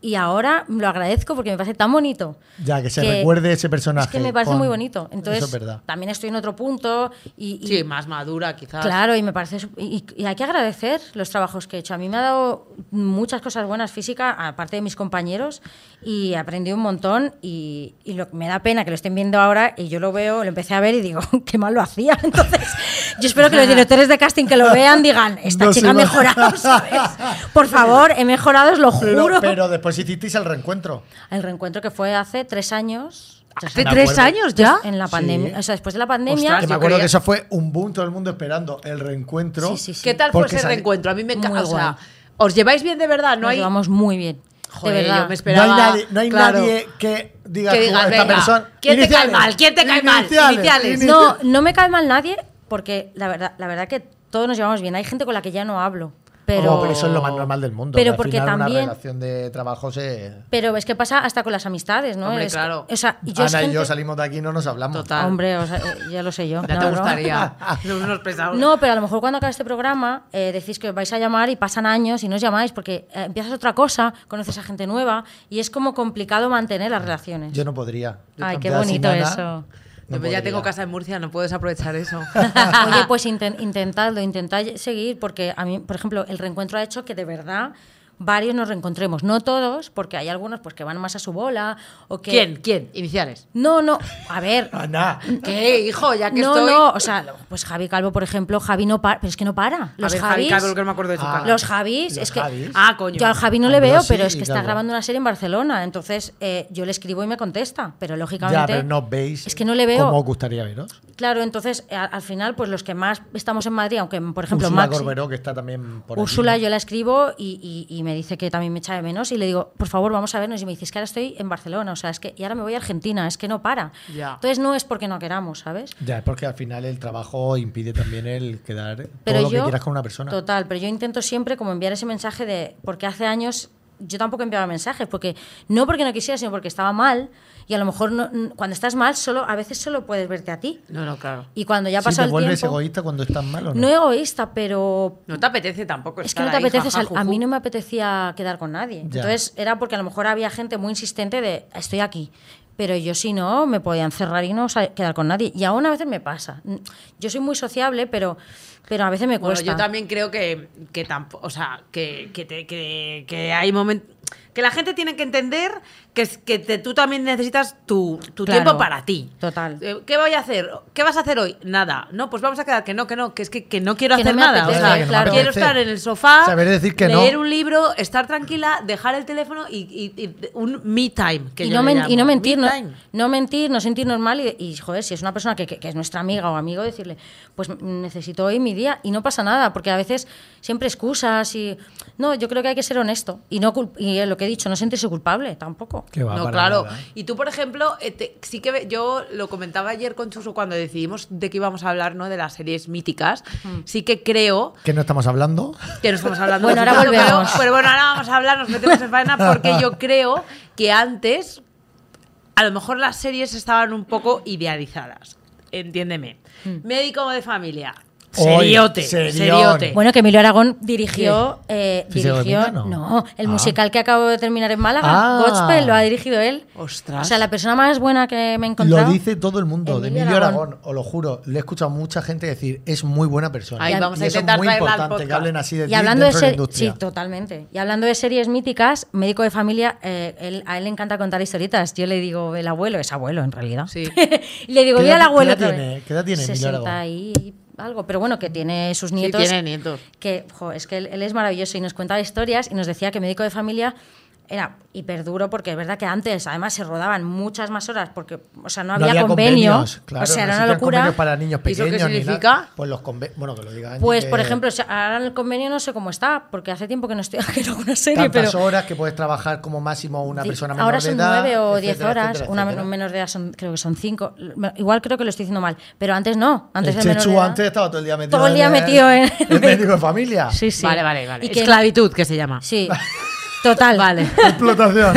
D: Y ahora lo agradezco porque me parece tan bonito.
B: Ya, que se recuerde ese personaje
D: Es que me parece
B: con-
D: muy bonito. Entonces,
B: Eso es verdad.
D: también estoy en otro punto y, y-
C: Sí, más madura quizás.
D: Claro, y me parece. sup- Y, y hay que agradecer los trabajos que he hecho. A mí me ha dado muchas cosas buenas física, aparte de mis compañeros, y aprendí un montón. Y, y lo, me da pena que lo estén viendo ahora, y yo lo veo, lo empecé a ver y digo, qué mal lo hacía. Entonces, yo espero que los directores de casting que lo vean digan, esta
B: No se
D: chica ha
B: va".
D: mejorado, ¿sabes? Por favor, he mejorado, os lo
B: Pero,
D: juro.
B: pero después hicisteis el reencuentro.
D: El reencuentro que fue hace tres años. tres
C: ¿Hace
B: Me
D: años,
C: tres
B: acuerdo.
C: años ya?
D: En la
B: Sí.
D: pandemia, o sea, después de la pandemia,
C: ¿Ah? Ostras,
B: Que me
C: yo
B: acuerdo
C: creía-
B: que eso fue un boom, todo el mundo esperando el reencuentro.
D: Sí, sí, sí.
C: ¿Qué tal fue
B: Porque
C: ese
B: sale-
C: reencuentro? A mí me
D: Muy
C: encanta. O
D: guay.
C: sea, ¿os lleváis bien de verdad? No
D: nos
C: hay.
D: llevamos muy bien.
C: Joder,
D: de verdad.
C: yo me esper-
B: No hay
C: Esperaba-
B: nadie, no hay
C: claro.
B: nadie que diga,
C: Que
B: "Tú,
C: diga,
B: esta
C: venga,
B: persona.
C: ¿quién te cae
B: Iniciales, Oh,
C: mal? ¿Quién te cae mal? Iniciales.
D: No, no me cae mal nadie porque la verdad, la verdad que todos nos llevamos bien. Hay gente con la que ya no hablo,
C: Oh,
D: pero,
B: No, pero eso es lo más normal del mundo.
D: Pero
B: que al
D: porque
B: final
D: también-
B: Una relación de trabajo se.
D: pero es que pasa hasta con las amistades, ¿no?
C: Hombre,
D: Es-
C: claro.
D: o sea, Ah, y yo es
B: Ana y
D: gente-
B: yo salimos de aquí y no nos hablamos.
C: Total.
D: Hombre, o sea, eh, ya lo sé yo.
C: Ya
D: No,
C: te
D: no.
C: gustaría. Somos unos pesados.
D: No, pero a lo mejor cuando acabe este programa eh, decís que os vais a llamar y pasan años y no os llamáis porque eh, empiezas otra cosa, conoces a gente nueva y es como complicado mantener las relaciones.
B: Yo no podría.
D: Ay, qué
B: Ya sin
D: bonito
B: Ana,
D: eso.
B: no
C: Yo ya
B: podría.
C: tengo casa en Murcia, no puedes aprovechar eso.
D: Oye, pues inten- intentadlo, intentad seguir, porque a mí, por ejemplo, el reencuentro ha hecho que de verdad varios nos reencontremos. No todos, porque hay algunos pues que van más a su bola o que...
C: ¿Quién? ¿Quién? Iniciales.
D: No, no, a ver...
B: Ana.
C: ¿Qué, hijo? Ya que
D: No,
C: estoy.
D: no, o sea, pues Javi Calvo, por ejemplo, Javi no para, pero es que no para.
C: A
D: Los
C: ver, Javi
D: Javis,
C: Calvo, que no me acuerdo de su
B: Ah.
C: cara.
D: los Javis,
B: Los
D: es que
B: Javis.
C: Ah, coño.
D: yo al Javi no le veo,
B: Ambrosi
D: pero es
B: y
D: que está
B: Calvo.
D: grabando una serie en Barcelona, entonces eh, yo le escribo y me contesta, pero
B: Ya,
D: lógicamente
B: pero no veis.
D: es que no le veo.
B: ¿Cómo os gustaría veros?
D: Claro, entonces a- al final pues los que más estamos en Madrid, aunque por ejemplo
B: Úrsula
D: Maxi,
B: Corberó, que está también por
D: Úrsula,
B: aquí, ¿no?
D: yo la escribo y, y- y me dice que también me echa de menos y le digo, por favor, vamos a vernos. Y me dice, es que ahora estoy en Barcelona, o sea, es que y ahora me voy a Argentina, es que no para.
C: Ya.
D: Entonces no es porque no queramos, ¿sabes?
B: Ya, es porque al final el trabajo impide también el quedar
D: Pero
B: todo lo
D: yo,
B: que quieras con una persona.
D: Total, pero yo intento siempre como enviar ese mensaje de, porque hace años yo tampoco enviaba mensajes, porque no porque no quisiera, sino porque estaba mal y a lo mejor no- n- cuando estás mal, solo a veces solo puedes verte a ti.
C: No, no, claro.
D: Y cuando ya
B: ¿Sí
D: pasa
B: te
D: el
B: vuelves
D: tiempo...
B: egoísta cuando estás mal o no?
D: No egoísta, pero
C: No te apetece tampoco.
D: Es que
C: estar
D: no te
C: Pues ahí,
D: apetece
C: jaja,
D: sal- A mí
C: juju.
D: no me apetecía quedar con nadie.
B: Ya.
D: Entonces era porque a lo mejor había gente muy insistente de estoy aquí. Pero yo si no, me podía encerrar y no sa- quedar con nadie. Y aún a veces me pasa. Mm, Yo soy muy sociable, pero, pero a veces me
C: Bueno,
D: cuesta.
C: yo también creo que, que tampoco, o sea, que, que, te- que- que hay momentos que la gente tiene que entender que, es- que te- tú también necesitas tu, tu
D: Claro,
C: tiempo para ti.
D: total.
C: Eh, ¿Qué voy a hacer? ¿Qué vas a hacer hoy? Nada. No, pues vamos a quedar que no, que no, que es que, que no quiero
D: Que no
C: hacer
D: me
C: nada.
D: apetece,
C: o sea,
D: que no me claro.
C: quiero
B: apetece.
C: estar en el sofá,
B: Saber decir que no.
C: leer un libro, estar tranquila, dejar el teléfono y, y- y un me time. Que
D: y,
C: yo
D: no
C: le
D: men-
C: llamo.
D: y no
C: Me
D: mentir, no,
C: time.
D: no mentir, no sentir normal y, y, joder, si es una persona que, que- que es nuestra amiga o amigo, decirle, pues mm, necesito hoy mi día y no pasa nada, porque a veces siempre excusas y... No, yo creo que hay que ser honesto y no cul- y eh, lo que he dicho, no sentirse culpable tampoco.
B: Qué va,
C: no,
B: para
C: claro.
B: nada.
C: Y tú, por ejemplo, eh, te- sí que ve- yo lo comentaba ayer con Chuso cuando decidimos de qué íbamos a hablar, ¿no? De las series míticas. Sí que creo
B: ¿Qué no estamos hablando?
C: que no estamos hablando.
D: Bueno,
C: de
D: ahora
C: Chuso, pero-
D: volvemos.
C: Pero, bueno, ahora vamos a hablar, nos metemos en faena porque yo creo que antes a lo mejor las series estaban un poco idealizadas. Entiéndeme.
D: Hmm.
C: Médico de familia.
B: Hoy,
C: Seriote.
B: serión.
C: Seriote.
D: Bueno, que Emilio Aragón dirigió. eh,
B: ¿Físico de
D: dirigió
B: Mita, no?
D: el
B: Ah.
D: musical que acabo de terminar en Málaga,
B: Ah.
D: Godspell, lo ha dirigido él.
C: Ostras.
D: O sea, la persona más buena que me he
B: Lo
D: encontrado.
B: dice todo el mundo, de
D: Emilio
B: Emilio
D: Aragón.
B: Aragón, os lo juro. Le he escuchado a mucha gente decir, es muy buena persona.
C: Ahí
B: y
C: vamos a
B: eso
C: intentar
B: es muy
C: traerla al
B: importante que
C: podcast.
B: hablen así de ti
D: Y hablando de
B: dentro la
D: series, sí,
B: industria.
D: totalmente. Y hablando de series míticas, médico de familia, eh, él- a él le encanta contar historietas. Yo le digo el abuelo, es abuelo en realidad.
C: Sí.
D: Y le digo,
B: ¿Qué
D: mira
B: edad-
D: el
B: qué
D: abuelo.
B: edad
D: otra
B: tiene-
D: vez".
B: qué edad tiene Emilio
D: 60
B: Aragón?
D: y algo, pero bueno, que tiene sus
C: Sí,
D: nietos.
C: tiene nietos.
D: que jo, es que él, él es maravilloso y nos contaba historias y nos decía que médico de familia era hiperduro porque es verdad que antes además se rodaban muchas más horas porque o sea no había, convenio
B: convenios, claro,
D: o sea
B: no
D: era una
B: existían
D: locura
B: convenios para niños
C: ¿Y eso qué
B: pequeños. ni nada.
C: significa?
B: Pues los convenios. Bueno, que lo diga Angie,
D: pues
B: que
D: por ejemplo o sea, ahora el convenio no sé cómo está porque hace tiempo que no estoy haciendo una serie
B: Tantas
D: pero
B: horas que puedes trabajar como máximo una
D: di-
B: persona menor
D: ahora
B: de
D: son
B: edad,
D: nueve o diez
B: etcétera,
D: horas
B: etcétera,
D: una
B: etcétera.
D: menor de edad son, creo que son cinco igual creo que lo estoy diciendo mal pero antes no antes
B: el
D: del menor de
B: Chechu
D: edad-
B: antes estaba todo el día metido
D: Todo el día
B: en
D: metido en-
B: el médico de familia.
D: sí sí
C: Vale, vale, vale.
D: Y que-
C: Esclavitud, que se llama.
D: sí total vale
B: Explotación.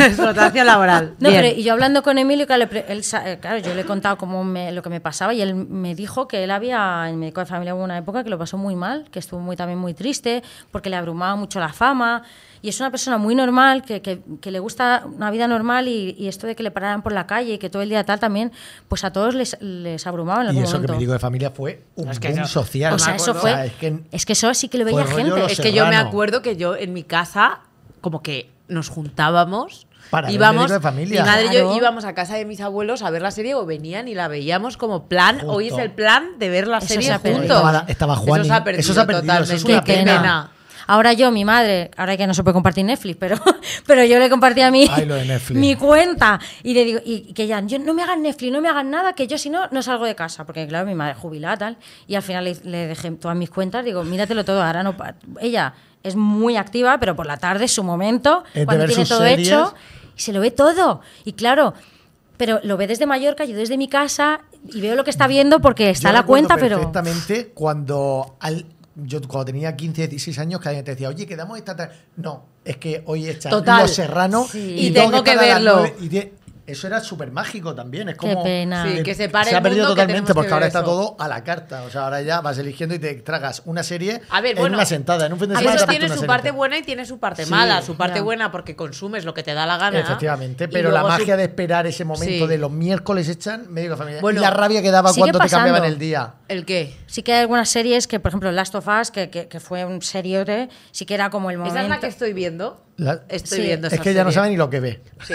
C: Explotación laboral.
D: No,
C: Bien.
D: pero y yo hablando con Emilio, claro, le pre- él sa- eh, claro, yo le he contado cómo me- lo que me pasaba y él me dijo que él había, en médico de familia hubo una época que lo pasó muy mal, que estuvo muy, también muy triste, porque le abrumaba mucho la fama. Y es una persona muy normal, que, que- que le gusta una vida normal y, y esto de que le pararan por la calle y que todo el día tal también, pues a todos les, les abrumaba en
B: Y
D: algún
B: eso que
D: momento.
B: médico de familia fue un
C: Es que
B: boom
C: eso-
B: social.
D: o sea,
C: me
D: eso
C: acuerdo.
D: fue.
B: O sea, es que
D: eso sí que lo
B: fue
D: veía
B: rollo
D: gente.
B: los
C: Es que yo me
B: Serrano.
C: acuerdo que yo en mi casa, como que nos juntábamos.
B: Para ver
C: íbamos,
B: Médico de Familia.
C: Mi madre y yo
D: Claro.
C: íbamos a casa de mis abuelos a ver la serie o venían y la veíamos como plan.
B: Justo.
C: Hoy es el plan de ver la
D: Eso
C: serie
D: se ha
C: juntos.
D: perdido.
B: Estaba- estaba Juani.
C: Eso se ha perdido,
B: Eso se ha perdido, eso es
C: totalmente.
B: una
D: Qué pena. Ahora yo, mi madre, ahora que no se puede compartir Netflix, pero, pero yo le compartí a mí
B: Ay, lo de Netflix.
D: mi cuenta y le digo, y que ya, yo, no me hagan Netflix, no me hagan nada, que yo si no, no salgo de casa, porque claro, mi madre es jubilada tal, y al final le, le dejé todas mis cuentas, digo, míratelo todo, ahora no, pa-". ella es muy activa, pero por la tarde es su momento,
B: Es de
D: cuando
B: ver
D: tiene
B: sus
D: todo
B: series.
D: hecho, y se lo ve todo, y claro... Pero lo ve desde Mallorca, yo desde mi casa y veo lo que está viendo porque está
B: Yo
D: la
B: recuerdo
D: cuenta, pero.
B: Perfectamente cuando al, yo cuando tenía 15, 16 años, que alguien te decía, oye, quedamos esta tarde. No, es que hoy está
C: Total.
B: Los Serrano
D: Sí.
C: Y tengo
B: estar
C: que
B: a las
C: verlo.
B: nueve y diez. Eso era súper mágico también. Es como.
D: pena. Sí,
C: que se pare
B: ha
C: el
B: perdido
C: mundo que
B: totalmente
C: tenemos que
B: porque
C: ver
B: ahora está
C: eso.
B: todo a la carta. O sea, ahora ya vas eligiendo y te tragas una serie
C: A ver,
B: en
C: bueno,
B: una sentada. En un fin de
C: A
B: semana
C: Eso
B: te has
C: tiene
B: visto
C: su
B: una
C: parte
B: serie.
C: buena y tiene su parte
B: Sí,
C: mala. Su parte
D: ya.
C: buena porque consumes lo que te da la gana.
B: Efectivamente,
C: Y
B: pero la
C: luego su-
B: magia de esperar ese momento
C: Sí.
B: de los miércoles echan medio de familia.
C: Bueno,
B: y la rabia que daba
D: sigue
B: cuando te
D: pasando.
B: cambiaban el día.
C: ¿El qué?
D: Sí que hay algunas series que, por ejemplo, Last of Us, que, que- que fue un seriote, sí que era como el momento.
C: Esa es la que estoy viendo.
B: La-
C: Estoy
D: Sí.
C: viendo
B: es
C: esa
B: que ya no
C: serie.
B: saben ni lo que ve.
C: Sí.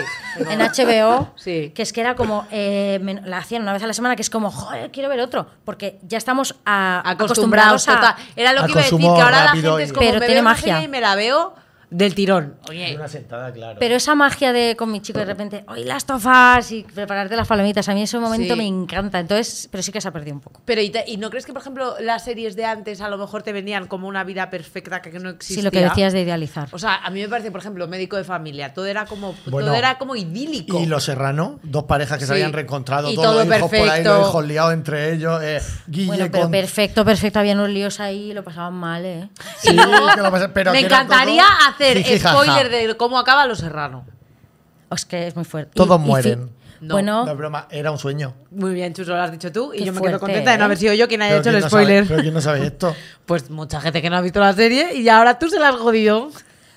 D: En HBO,
C: Sí.
D: que es que era como, eh, men- la hacían una vez a la semana, que es como, joder, quiero ver otro, porque ya estamos a-
C: acostumbrados
D: acostumbrados a...
C: total. Era lo
B: al
C: que iba a decir, que
B: consumo
C: ahora la
B: rápido
C: gente es
B: y-
C: como
D: Pero
C: me
D: tiene
C: veo una
D: magia.
C: serie y me la veo del tirón. Oye,
B: Una sentada, claro.
D: Pero esa magia de con mi chico de repente, hoy Last of Us y prepararte las palomitas, a mí ese momento
C: Sí.
D: me encanta, entonces, pero sí que se ha perdido un poco.
C: pero ¿y, te- y no crees que, por ejemplo, las series de antes a lo mejor te vendían como una vida perfecta que no existía?
D: Sí, lo que decías de idealizar.
C: O sea, a mí me parece, por ejemplo, médico de familia, todo era como,
B: Bueno,
C: todo era como idílico.
B: Y Los Serrano, dos parejas que
C: Sí.
B: se habían reencontrado,
C: Y
B: todos
C: todo
B: los hijos por ahí,
C: perfecto.
B: los hijos liados entre ellos. eh, Guille
D: Bueno, pero
B: con-
D: perfecto, perfecto, había unos líos ahí, lo pasaban mal, ¿eh?
B: Sí, que lo pasa- pero
C: me
B: que era
C: encantaría
B: todo
C: hacer
B: jiji, jaja.
C: spoiler de cómo acaba Los Serrano.
D: Es que es muy fuerte.
B: Todos
D: fi-
B: mueren.
C: No,
D: bueno,
B: No es broma, era un sueño.
C: Muy bien, Chuso, lo has dicho tú. Y
D: Qué
C: yo me quedo
D: fuerte,
C: contenta de no
D: ¿eh?
C: haber sido yo quien haya
B: Pero
C: hecho
B: ¿quién
C: el
B: no sabe-
C: spoiler.
B: pero ¿quién no sabe esto?
C: Pues mucha gente que no ha visto la serie y ahora tú se la has jodido.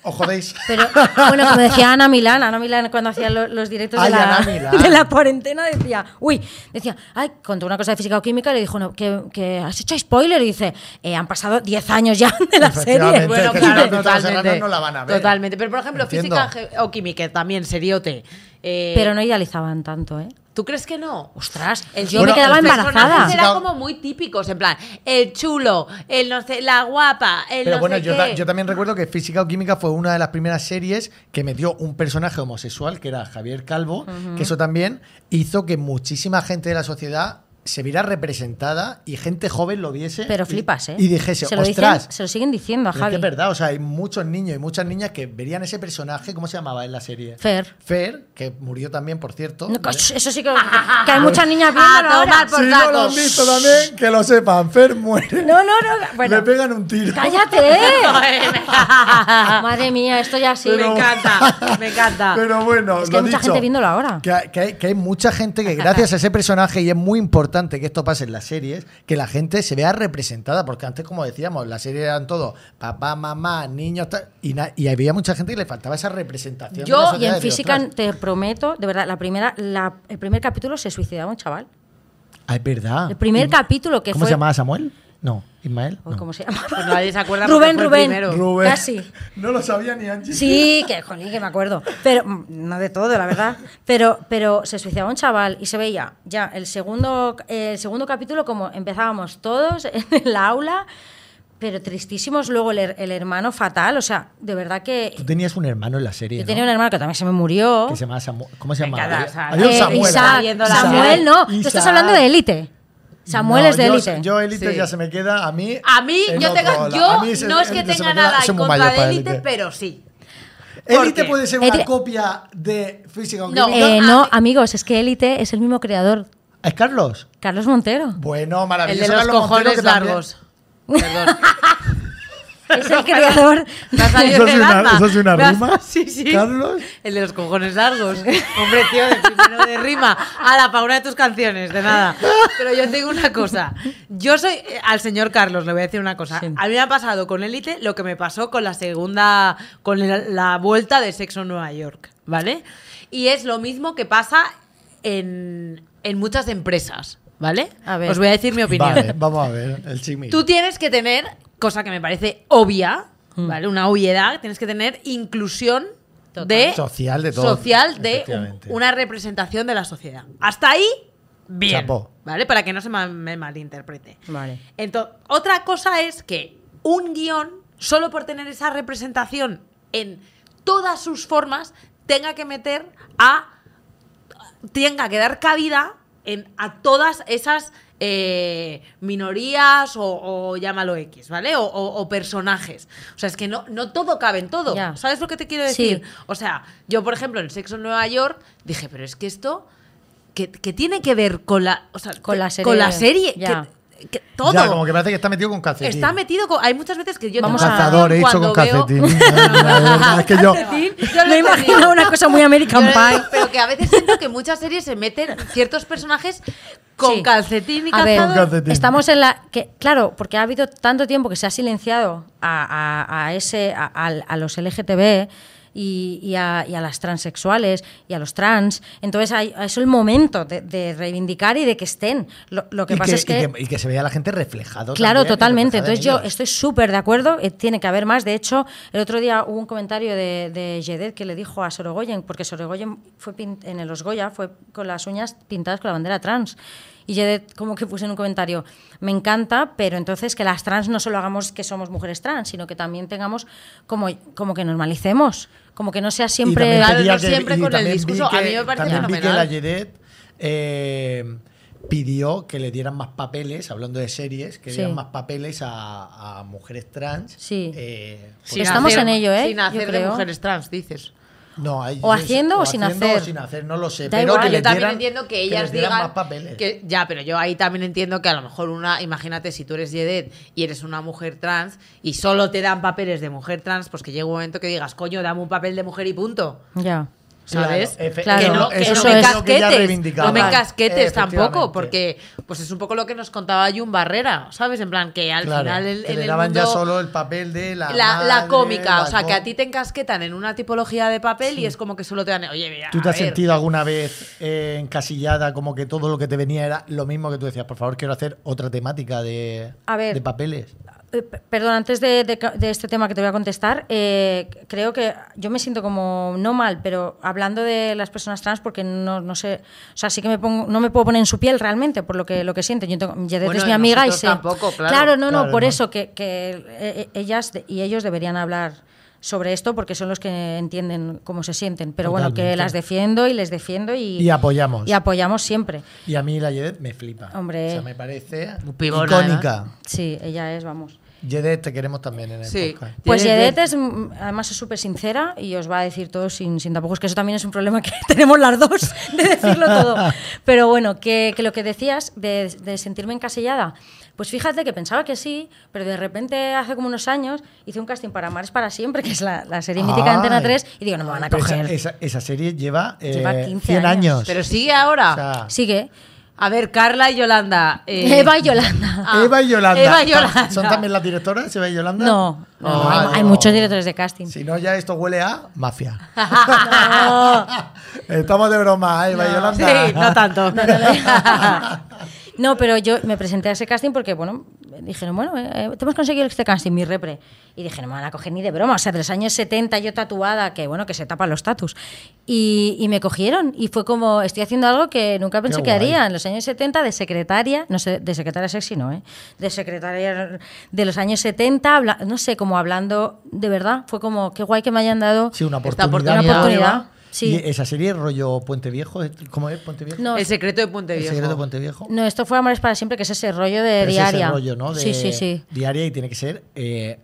B: ¿Os jodéis?
D: Pero bueno, como decía Ana Milán, Ana Milán cuando hacía lo- los directos de
B: Ay,
D: la,
B: Ana Milán.
D: de la cuarentena decía, uy, decía, ay, contó una cosa de física o química y le dijo, no, que, que has hecho spoiler. Y dice, "Eh, han pasado 10 años ya de la serie.
B: Efectivamente.
C: Bueno,
B: que
C: claro,
B: si no han visto a los
C: totalmente.
B: serranos, no la van a ver.
C: Totalmente. Pero, por ejemplo,
B: Entiendo.
C: física ge- o química también, seriote. Eh,
D: Pero no idealizaban tanto, ¿eh?
C: ¿Tú crees que no?
D: Ostras,
C: El
D: yo
B: Bueno,
D: me quedaba
B: el físico-
D: embarazada.
B: el
C: Eran como muy típicos, en plan, el chulo, el no sé, la guapa, el
B: Pero
C: no
B: bueno,
C: sé
B: yo,
C: qué.
B: ta- yo también recuerdo que Física o Química fue una de las primeras series que metió un personaje homosexual, que era Javier Calvo, que eso también hizo que muchísima gente de la sociedad se viera representada y gente joven lo viese.
D: Pero
B: y-
D: flipas, ¿eh?
B: Y dijese,
D: se lo dicen-
B: ostras.
D: se lo siguen diciendo a
B: Es que
D: Javi.
B: es verdad, o sea, hay muchos niños y muchas niñas que verían ese personaje, ¿cómo se llamaba en la serie?
D: Fer.
B: Fer, que murió también, por cierto.
D: No,
B: ¿vale?
D: eso sí que, que hay muchas niñas
A: A
D: viéndolo ahora.
A: tomar por
B: Si no lo
A: saco.
B: han visto también, que lo sepan. Fer muere.
D: No, no, no. Bueno,
B: Le pegan un tiro.
D: cállate. Madre mía, esto ya sí.
C: eh. Me encanta, me encanta.
B: Pero bueno,
D: Es que hay
B: lo
D: mucha
B: dicho,
D: gente viéndolo ahora.
B: Que, hay- que hay, que hay mucha gente
D: Ah,
B: que gracias a ese personaje, y es muy importante que esto pase en las series, que la gente se vea representada, porque antes, como decíamos, las series eran todo papá, mamá, niños, tal, y, na- y había mucha gente que le faltaba esa representación. de la
D: Yo, y
B: sociedad,
D: en
B: de decir,
D: física,
B: "Ostras".
D: te prometo, de verdad, la primera, la- el primer capítulo se suicidaba un chaval.
B: Ah, es verdad.
D: El primer
B: Y-
D: capítulo que
B: ¿Cómo
D: fue.
B: se llamaba Samuel? No, Ismael.
D: Uy,
B: no.
D: ¿Cómo se llama?
C: Pues nadie se acuerda porque
D: Rubén,
C: fue el
D: Rubén.
C: primero.
B: Rubén.
D: Casi.
B: No lo sabía ni Angie.
D: Sí, que jolín, que me acuerdo. Pero mm, no de todo, la verdad. Pero, pero se suicidaba un chaval y se veía ya el segundo, el segundo capítulo como empezábamos todos en la aula, pero tristísimos. Luego el, her- el hermano fatal, o sea, de verdad que
B: Tú tenías un hermano en la serie.
D: yo
B: ¿no?
D: tenía un hermano que también se me murió.
B: Que se llamaba Samuel. ¿Cómo se
C: Me
B: llamaba?
C: encanta, o sea,
B: Había un
C: eh,
B: Samuel.
D: Isaac.
C: Viendo la-
D: Samuel, no. Tú estás
B: Isaac.
D: hablando de élite. Samuel
B: No,
D: es de
B: yo-
D: élite.
B: Yo, élite,
C: Sí.
B: ya se me queda. A mí.
C: A mí,
B: en
C: yo,
B: otro
C: tengo,
B: lado.
C: yo
B: A mí se-
C: no es que
B: se me
C: tenga
B: queda-
C: nada
B: soy
C: en
B: muy
C: contra
B: mayor ¿eh?
C: de
B: para
C: élite, pero sí.
B: Élite
C: porque-
B: puede ser una
D: Élite-
B: copia de Física o
C: No. ah,
B: Química.
D: Eh, no, amigos, es que élite es el mismo creador,
B: ¿Es Carlos?
D: Carlos Montero.
B: Bueno,
C: El
B: maravilloso.
C: de los
B: Carlos Montero, que
C: cojones
B: también-
C: largos. Perdón.
D: Es el creador.
C: Me ha salido
B: ¿Eso es
C: de
B: una-
C: Landa.
B: eso es una
C: Me ha-
B: rima,
C: Sí, sí.
B: Carlos?
C: El de los cojones largos. Hombre, tío, de primero de rima. A la paura de tus canciones, de nada. Pero yo te digo una cosa. Yo soy. eh, Al señor Carlos le voy a decir una cosa.
D: Sí.
C: A mí me ha pasado con Élite lo que me pasó con la segunda. con la, la vuelta de Sexo en Nueva York. ¿Vale? Y es lo mismo que pasa en, en muchas empresas. ¿Vale?
D: A ver.
C: Os voy a decir mi opinión.
B: Vale, vamos a ver. El chisme.
C: Tú tienes que tener, cosa que me parece obvia,
B: Mm.
C: ¿vale? Una obviedad, tienes que tener inclusión
D: Total.
C: de
B: Social de todo,
C: social de un-
B: efectivamente.
C: una representación de la sociedad. Hasta ahí, bien.
B: Chapo.
C: ¿Vale? Para que no se ma- me malinterprete.
D: Vale.
C: Entonces, otra cosa es que un guión, solo por tener esa representación en todas sus formas, tenga que meter a. tenga que dar cabida en, a todas esas eh, minorías o, o llámalo X, ¿vale? O, o- o personajes. O sea, es que no, no todo cabe en todo.
D: Ya.
C: ¿Sabes lo que te quiero
D: Sí.
C: decir? O sea, yo, por ejemplo, en Sexo en Nueva York dije, pero es que esto. Que, que tiene que ver con la, o sea,
D: Con la serie,
C: con la serie,
D: ya.
C: que- que todo.
B: Ya, como que parece que está metido con calcetín.
C: Está metido con- Hay muchas veces que yo
D: Vamos
B: Con
D: a-
B: calzador, he dicho con calcetín. La verdad es que yo.
C: Yo
D: Me imagino una cosa muy American Pie.
C: Pero que a veces siento que muchas series se meten ciertos personajes con
D: Sí.
C: calcetín y
D: A ver,
B: Con
C: calzador.
B: calcetín.
D: estamos en la. Que, claro, porque ha habido tanto tiempo que se ha silenciado a, a- a ese, a, al- a los LGTB y, y a, y a las transexuales y a los trans. Entonces hay- es el momento de, de reivindicar y de que estén. Lo, lo que
B: y,
D: pasa
B: que,
D: es que.
B: y que- y que se vea la gente reflejado.
D: Claro,
B: también,
D: totalmente.
B: reflejada en
D: Entonces yo
B: ellos.
D: estoy súper de acuerdo. eh, tiene que haber más. De hecho, el otro día hubo un comentario de, de Yedet que le dijo a Sorogoyen, porque Sorogoyen fue pin- en los Goya fue con las uñas pintadas con la bandera trans. Y Yedet como que puso en un comentario, me encanta, pero entonces que las trans no solo hagamos que somos mujeres trans, sino que también tengamos como, como que normalicemos, como que no sea
B: Y
D: siempre...
B: también
C: Claro,
B: quería
C: no siempre
B: y
C: con el
B: también vi
C: discurso. A mí me parece
B: también vi que
C: fenomenal.
B: la Yedet eh, pidió que le dieran más papeles, hablando de series, que
D: Sí.
B: dieran más papeles a, a mujeres trans.
D: Sí.
B: eh,
D: Sí. Estamos en ello, ¿eh?
C: Sin
D: Yo
C: hacer de
D: creo.
C: mujeres trans, dices.
B: no, hay-
D: O haciendo o sin
B: haciendo
D: hacer.
B: o sin hacer, no lo sé.
D: Da
B: pero
D: igual,
B: que
C: yo
B: les
C: también
B: dieran-
C: entiendo que
B: que
C: ellas
B: les dieran
C: digan
B: más papeles.
C: que ya, pero yo ahí también entiendo que a lo mejor una, imagínate si tú eres Yedet y eres una mujer trans y solo te dan papeles de mujer trans, pues que llega un momento que digas, coño, dame un papel de mujer y punto.
D: Ya.
C: ¿Sabes?
B: Claro, efe-
D: Claro,
C: que no, que
D: eso
C: no
D: es
C: me
B: lo que ella
C: casquetes.
B: reivindicaba.
C: No me
D: Vale.
C: casquetes tampoco,
B: Efectivamente.
C: porque pues es un poco lo que nos contaba Jun Barrera, ¿sabes? En plan, que al
B: Claro,
C: final en,
B: que
C: en
B: le
C: el
B: daban ya
C: mundo-
B: solo el papel de la.
C: la, la
B: madre,
C: cómica,
B: la
C: o sea, que a
B: co-
C: ti te encasquetan en una tipología de papel y es como que solo te dan, oye, mira,
B: ¿Tú te
C: a
B: has
C: ver".
B: sentido alguna vez eh, encasillada como que todo lo que te venía era lo mismo que tú decías? Por favor, quiero hacer otra temática de,
D: A ver.
B: de papeles.
D: Eh, p- Perdón, antes de, de ca- de este tema que te voy a contestar, eh, creo que yo me siento como no mal, pero hablando de las personas trans, porque no, no sé, o sea, sí que me pongo, no me puedo poner en su piel realmente por lo que, lo que sienten. Yo tengo, Yedet
C: Bueno,
D: es mi
C: y
D: amiga y
C: nosotros
D: sé.
C: tampoco, claro.
D: no,
B: Claro,
D: no, por
B: no.
D: eso que, que, eh, eh, ellas de- y ellos deberían hablar sobre esto porque son los que entienden cómo se sienten. Pero bueno, que
B: Totalmente.
D: las defiendo y les defiendo y,
B: Y apoyamos.
D: y apoyamos siempre.
B: Y a mí la Yedet me flipa.
D: Hombre.
B: O sea, me parece
C: Pibona,
B: icónica.
D: Sí, ella es, vamos.
B: Yedet, te queremos también en el
C: Sí.
B: podcast.
D: Pues
C: Yedet-
D: Yedet es, mm, además es súper sincera y os va a decir todo sin, sin tapujos, que eso también es un problema que tenemos las dos, de decirlo todo. Pero bueno, que, que lo que decías de, de sentirme encasillada, pues fíjate que pensaba que sí, pero de repente hace como unos años hice un casting para Mares para siempre, que es la, la serie mítica de Antena
B: Ay.
D: 3, y digo, no me van a
B: Pero esa-
D: coger.
B: Esa, esa serie lleva, eh,
D: Lleva 15
B: 100
D: años.
B: años.
C: Pero sigue ahora.
B: O sea,
D: Sigue.
C: a ver, Carla y Yolanda. eh,
D: Eva y Yolanda.
C: ah,
B: Eva y Yolanda.
C: Eva y Yolanda.
B: ¿Son también las directoras, Eva y Yolanda?
D: No, no,
B: Ah,
D: hay, hay
B: no.
D: muchos directores de casting.
B: Si no, ya esto huele a mafia. Estamos de broma, ¿eh, Eva y Yolanda.
C: Sí, no tanto.
D: No, pero yo me presenté a ese casting porque, bueno, dijeron, bueno, eh, te hemos conseguido este casting, mi repre. Y dije, no me van a coger ni de broma. O sea, de los años 70 yo tatuada, que bueno, que se tapan los tatus. Y, y me cogieron. Y fue como, estoy haciendo algo que nunca pensé que
B: guay.
D: haría. En los años 70, de secretaria, no sé, de secretaria sexy no, ¿eh? De secretaria de los años 70, habla- no sé, como hablando de verdad. Fue como, qué guay que me hayan dado.
B: Sí, una
C: Esta
B: oportunidad.
C: oportunidad.
B: nueva.
D: Oportunidad, sí.
B: ¿Y esa serie rollo Puente Viejo? ¿Cómo es Puente Viejo?
D: No,
C: El secreto de Puente
B: ¿El
C: Viejo.
B: secreto de Puente Viejo?
D: No, esto fue Amores para siempre, que es ese rollo
B: Pero
D: de
B: es ese
D: diaria.
B: rollo, ¿no? De
D: sí, sí, sí.
B: Diaria y tiene que ser eh,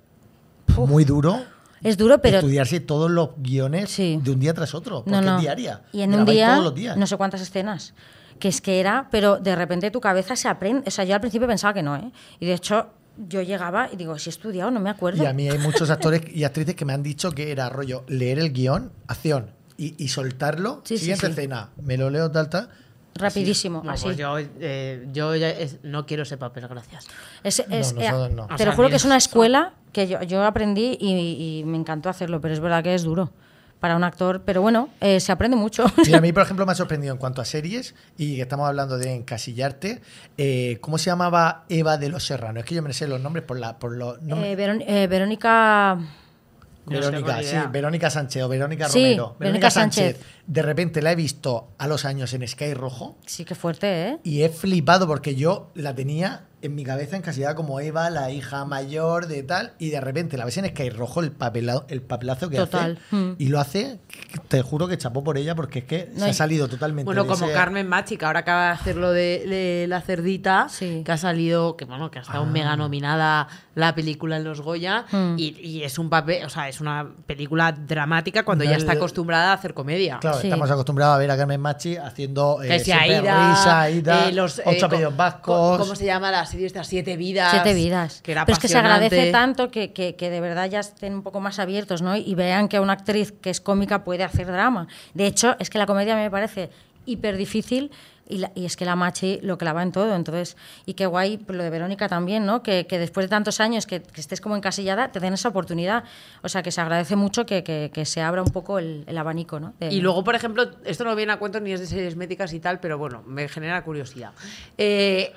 B: muy duro
D: Es duro, pero
B: estudiarse todos los guiones
D: Sí.
B: de un día tras otro. Porque
D: no, no.
B: es diaria.
D: Y en un
B: Grabáis
D: día,
B: todos los días.
D: no sé cuántas escenas. Que es que era, pero de repente tu cabeza se aprende. O sea, yo al principio pensaba que no, ¿eh? Y de hecho, yo llegaba y digo, si he estudiado, no me acuerdo.
B: Y a mí hay muchos actores y actrices que me han dicho que era rollo leer el guión, acción y, y soltarlo.
D: Sí, sí,
B: siguiente
D: sí.
B: escena, me lo leo tal, tal.
D: Rapidísimo,
C: No,
D: así.
C: pues yo, eh, yo ya es- no quiero ese papel, gracias.
D: Es- es- eh,
B: No, nosotros no.
D: Te
C: O sea,
D: lo
C: a
D: juro
C: mí
D: que es
C: es-
D: una escuela que yo, yo aprendí y, y me encantó hacerlo, pero es verdad que es duro para un actor. Pero bueno, eh, se aprende mucho.
B: Y a mí, por ejemplo, me ha sorprendido en cuanto a series y que estamos hablando de encasillarte. eh, ¿Cómo se llamaba Eva de los Serranos? Es que yo me sé los nombres por, la, por los
D: Eh,
B: nombres.
D: Verón- eh, Verónica.
C: No
B: Verónica,
C: tengo ni
B: sí,
C: idea.
B: Verónica Sánchez o Verónica
D: Sí,
B: Romero.
D: Verónica Sánchez.
B: De repente la he visto a los años en Sky Rojo.
D: Sí, que fuerte, ¿eh?
B: Y he flipado porque yo la tenía en mi cabeza encasillada como Eva, la hija mayor de tal, y de repente la ves en Sky Rojo, el, papelado, el papelazo que
D: Total,
B: hace.
D: mm.
B: Y lo hace, te juro que chapó por ella porque es que
D: No,
B: se ha
D: y-
B: salido totalmente.
C: Bueno,
B: de
C: como
B: ese-
C: Carmen Machi, que ahora acaba de hacer lo de, de la cerdita,
D: Sí.
C: que ha salido, que bueno, que ha
B: Ah.
C: estado mega nominada la película en los Goya,
D: Mm.
C: y, y es un papel, o sea, es una película dramática cuando ya
B: No,
C: está
B: el-
C: acostumbrada a hacer comedia.
B: Claro,
D: Sí.
B: estamos acostumbrados a ver a Carmen Machi haciendo eh,
C: Que si
B: siempre
C: Aida,
B: risa, Aida,
C: eh, los, eh,
B: ocho
C: co-
B: apellidos
C: co-
B: vascos.
C: ¿Cómo se llama la serie esta? Siete vidas.
D: Siete vidas.
C: Que era
D: Pero es que se
C: apasionante.
D: agradece tanto que, que- que de verdad ya estén un poco más abiertos, ¿no? Y vean que una actriz que es cómica puede hacer drama. De hecho, es que la comedia me parece hiper difícil y, la- y es que la machi lo clava en todo. Entonces, y qué guay pues, lo de Verónica también, ¿no? Que, que después de tantos años que, que estés como encasillada, te den esa oportunidad. O sea, que se agradece mucho que, que- que se abra un poco el, el abanico, ¿no? De-
C: Y luego, por ejemplo, esto no viene a cuento ni es de series médicas y tal, pero bueno, me genera curiosidad. Eh,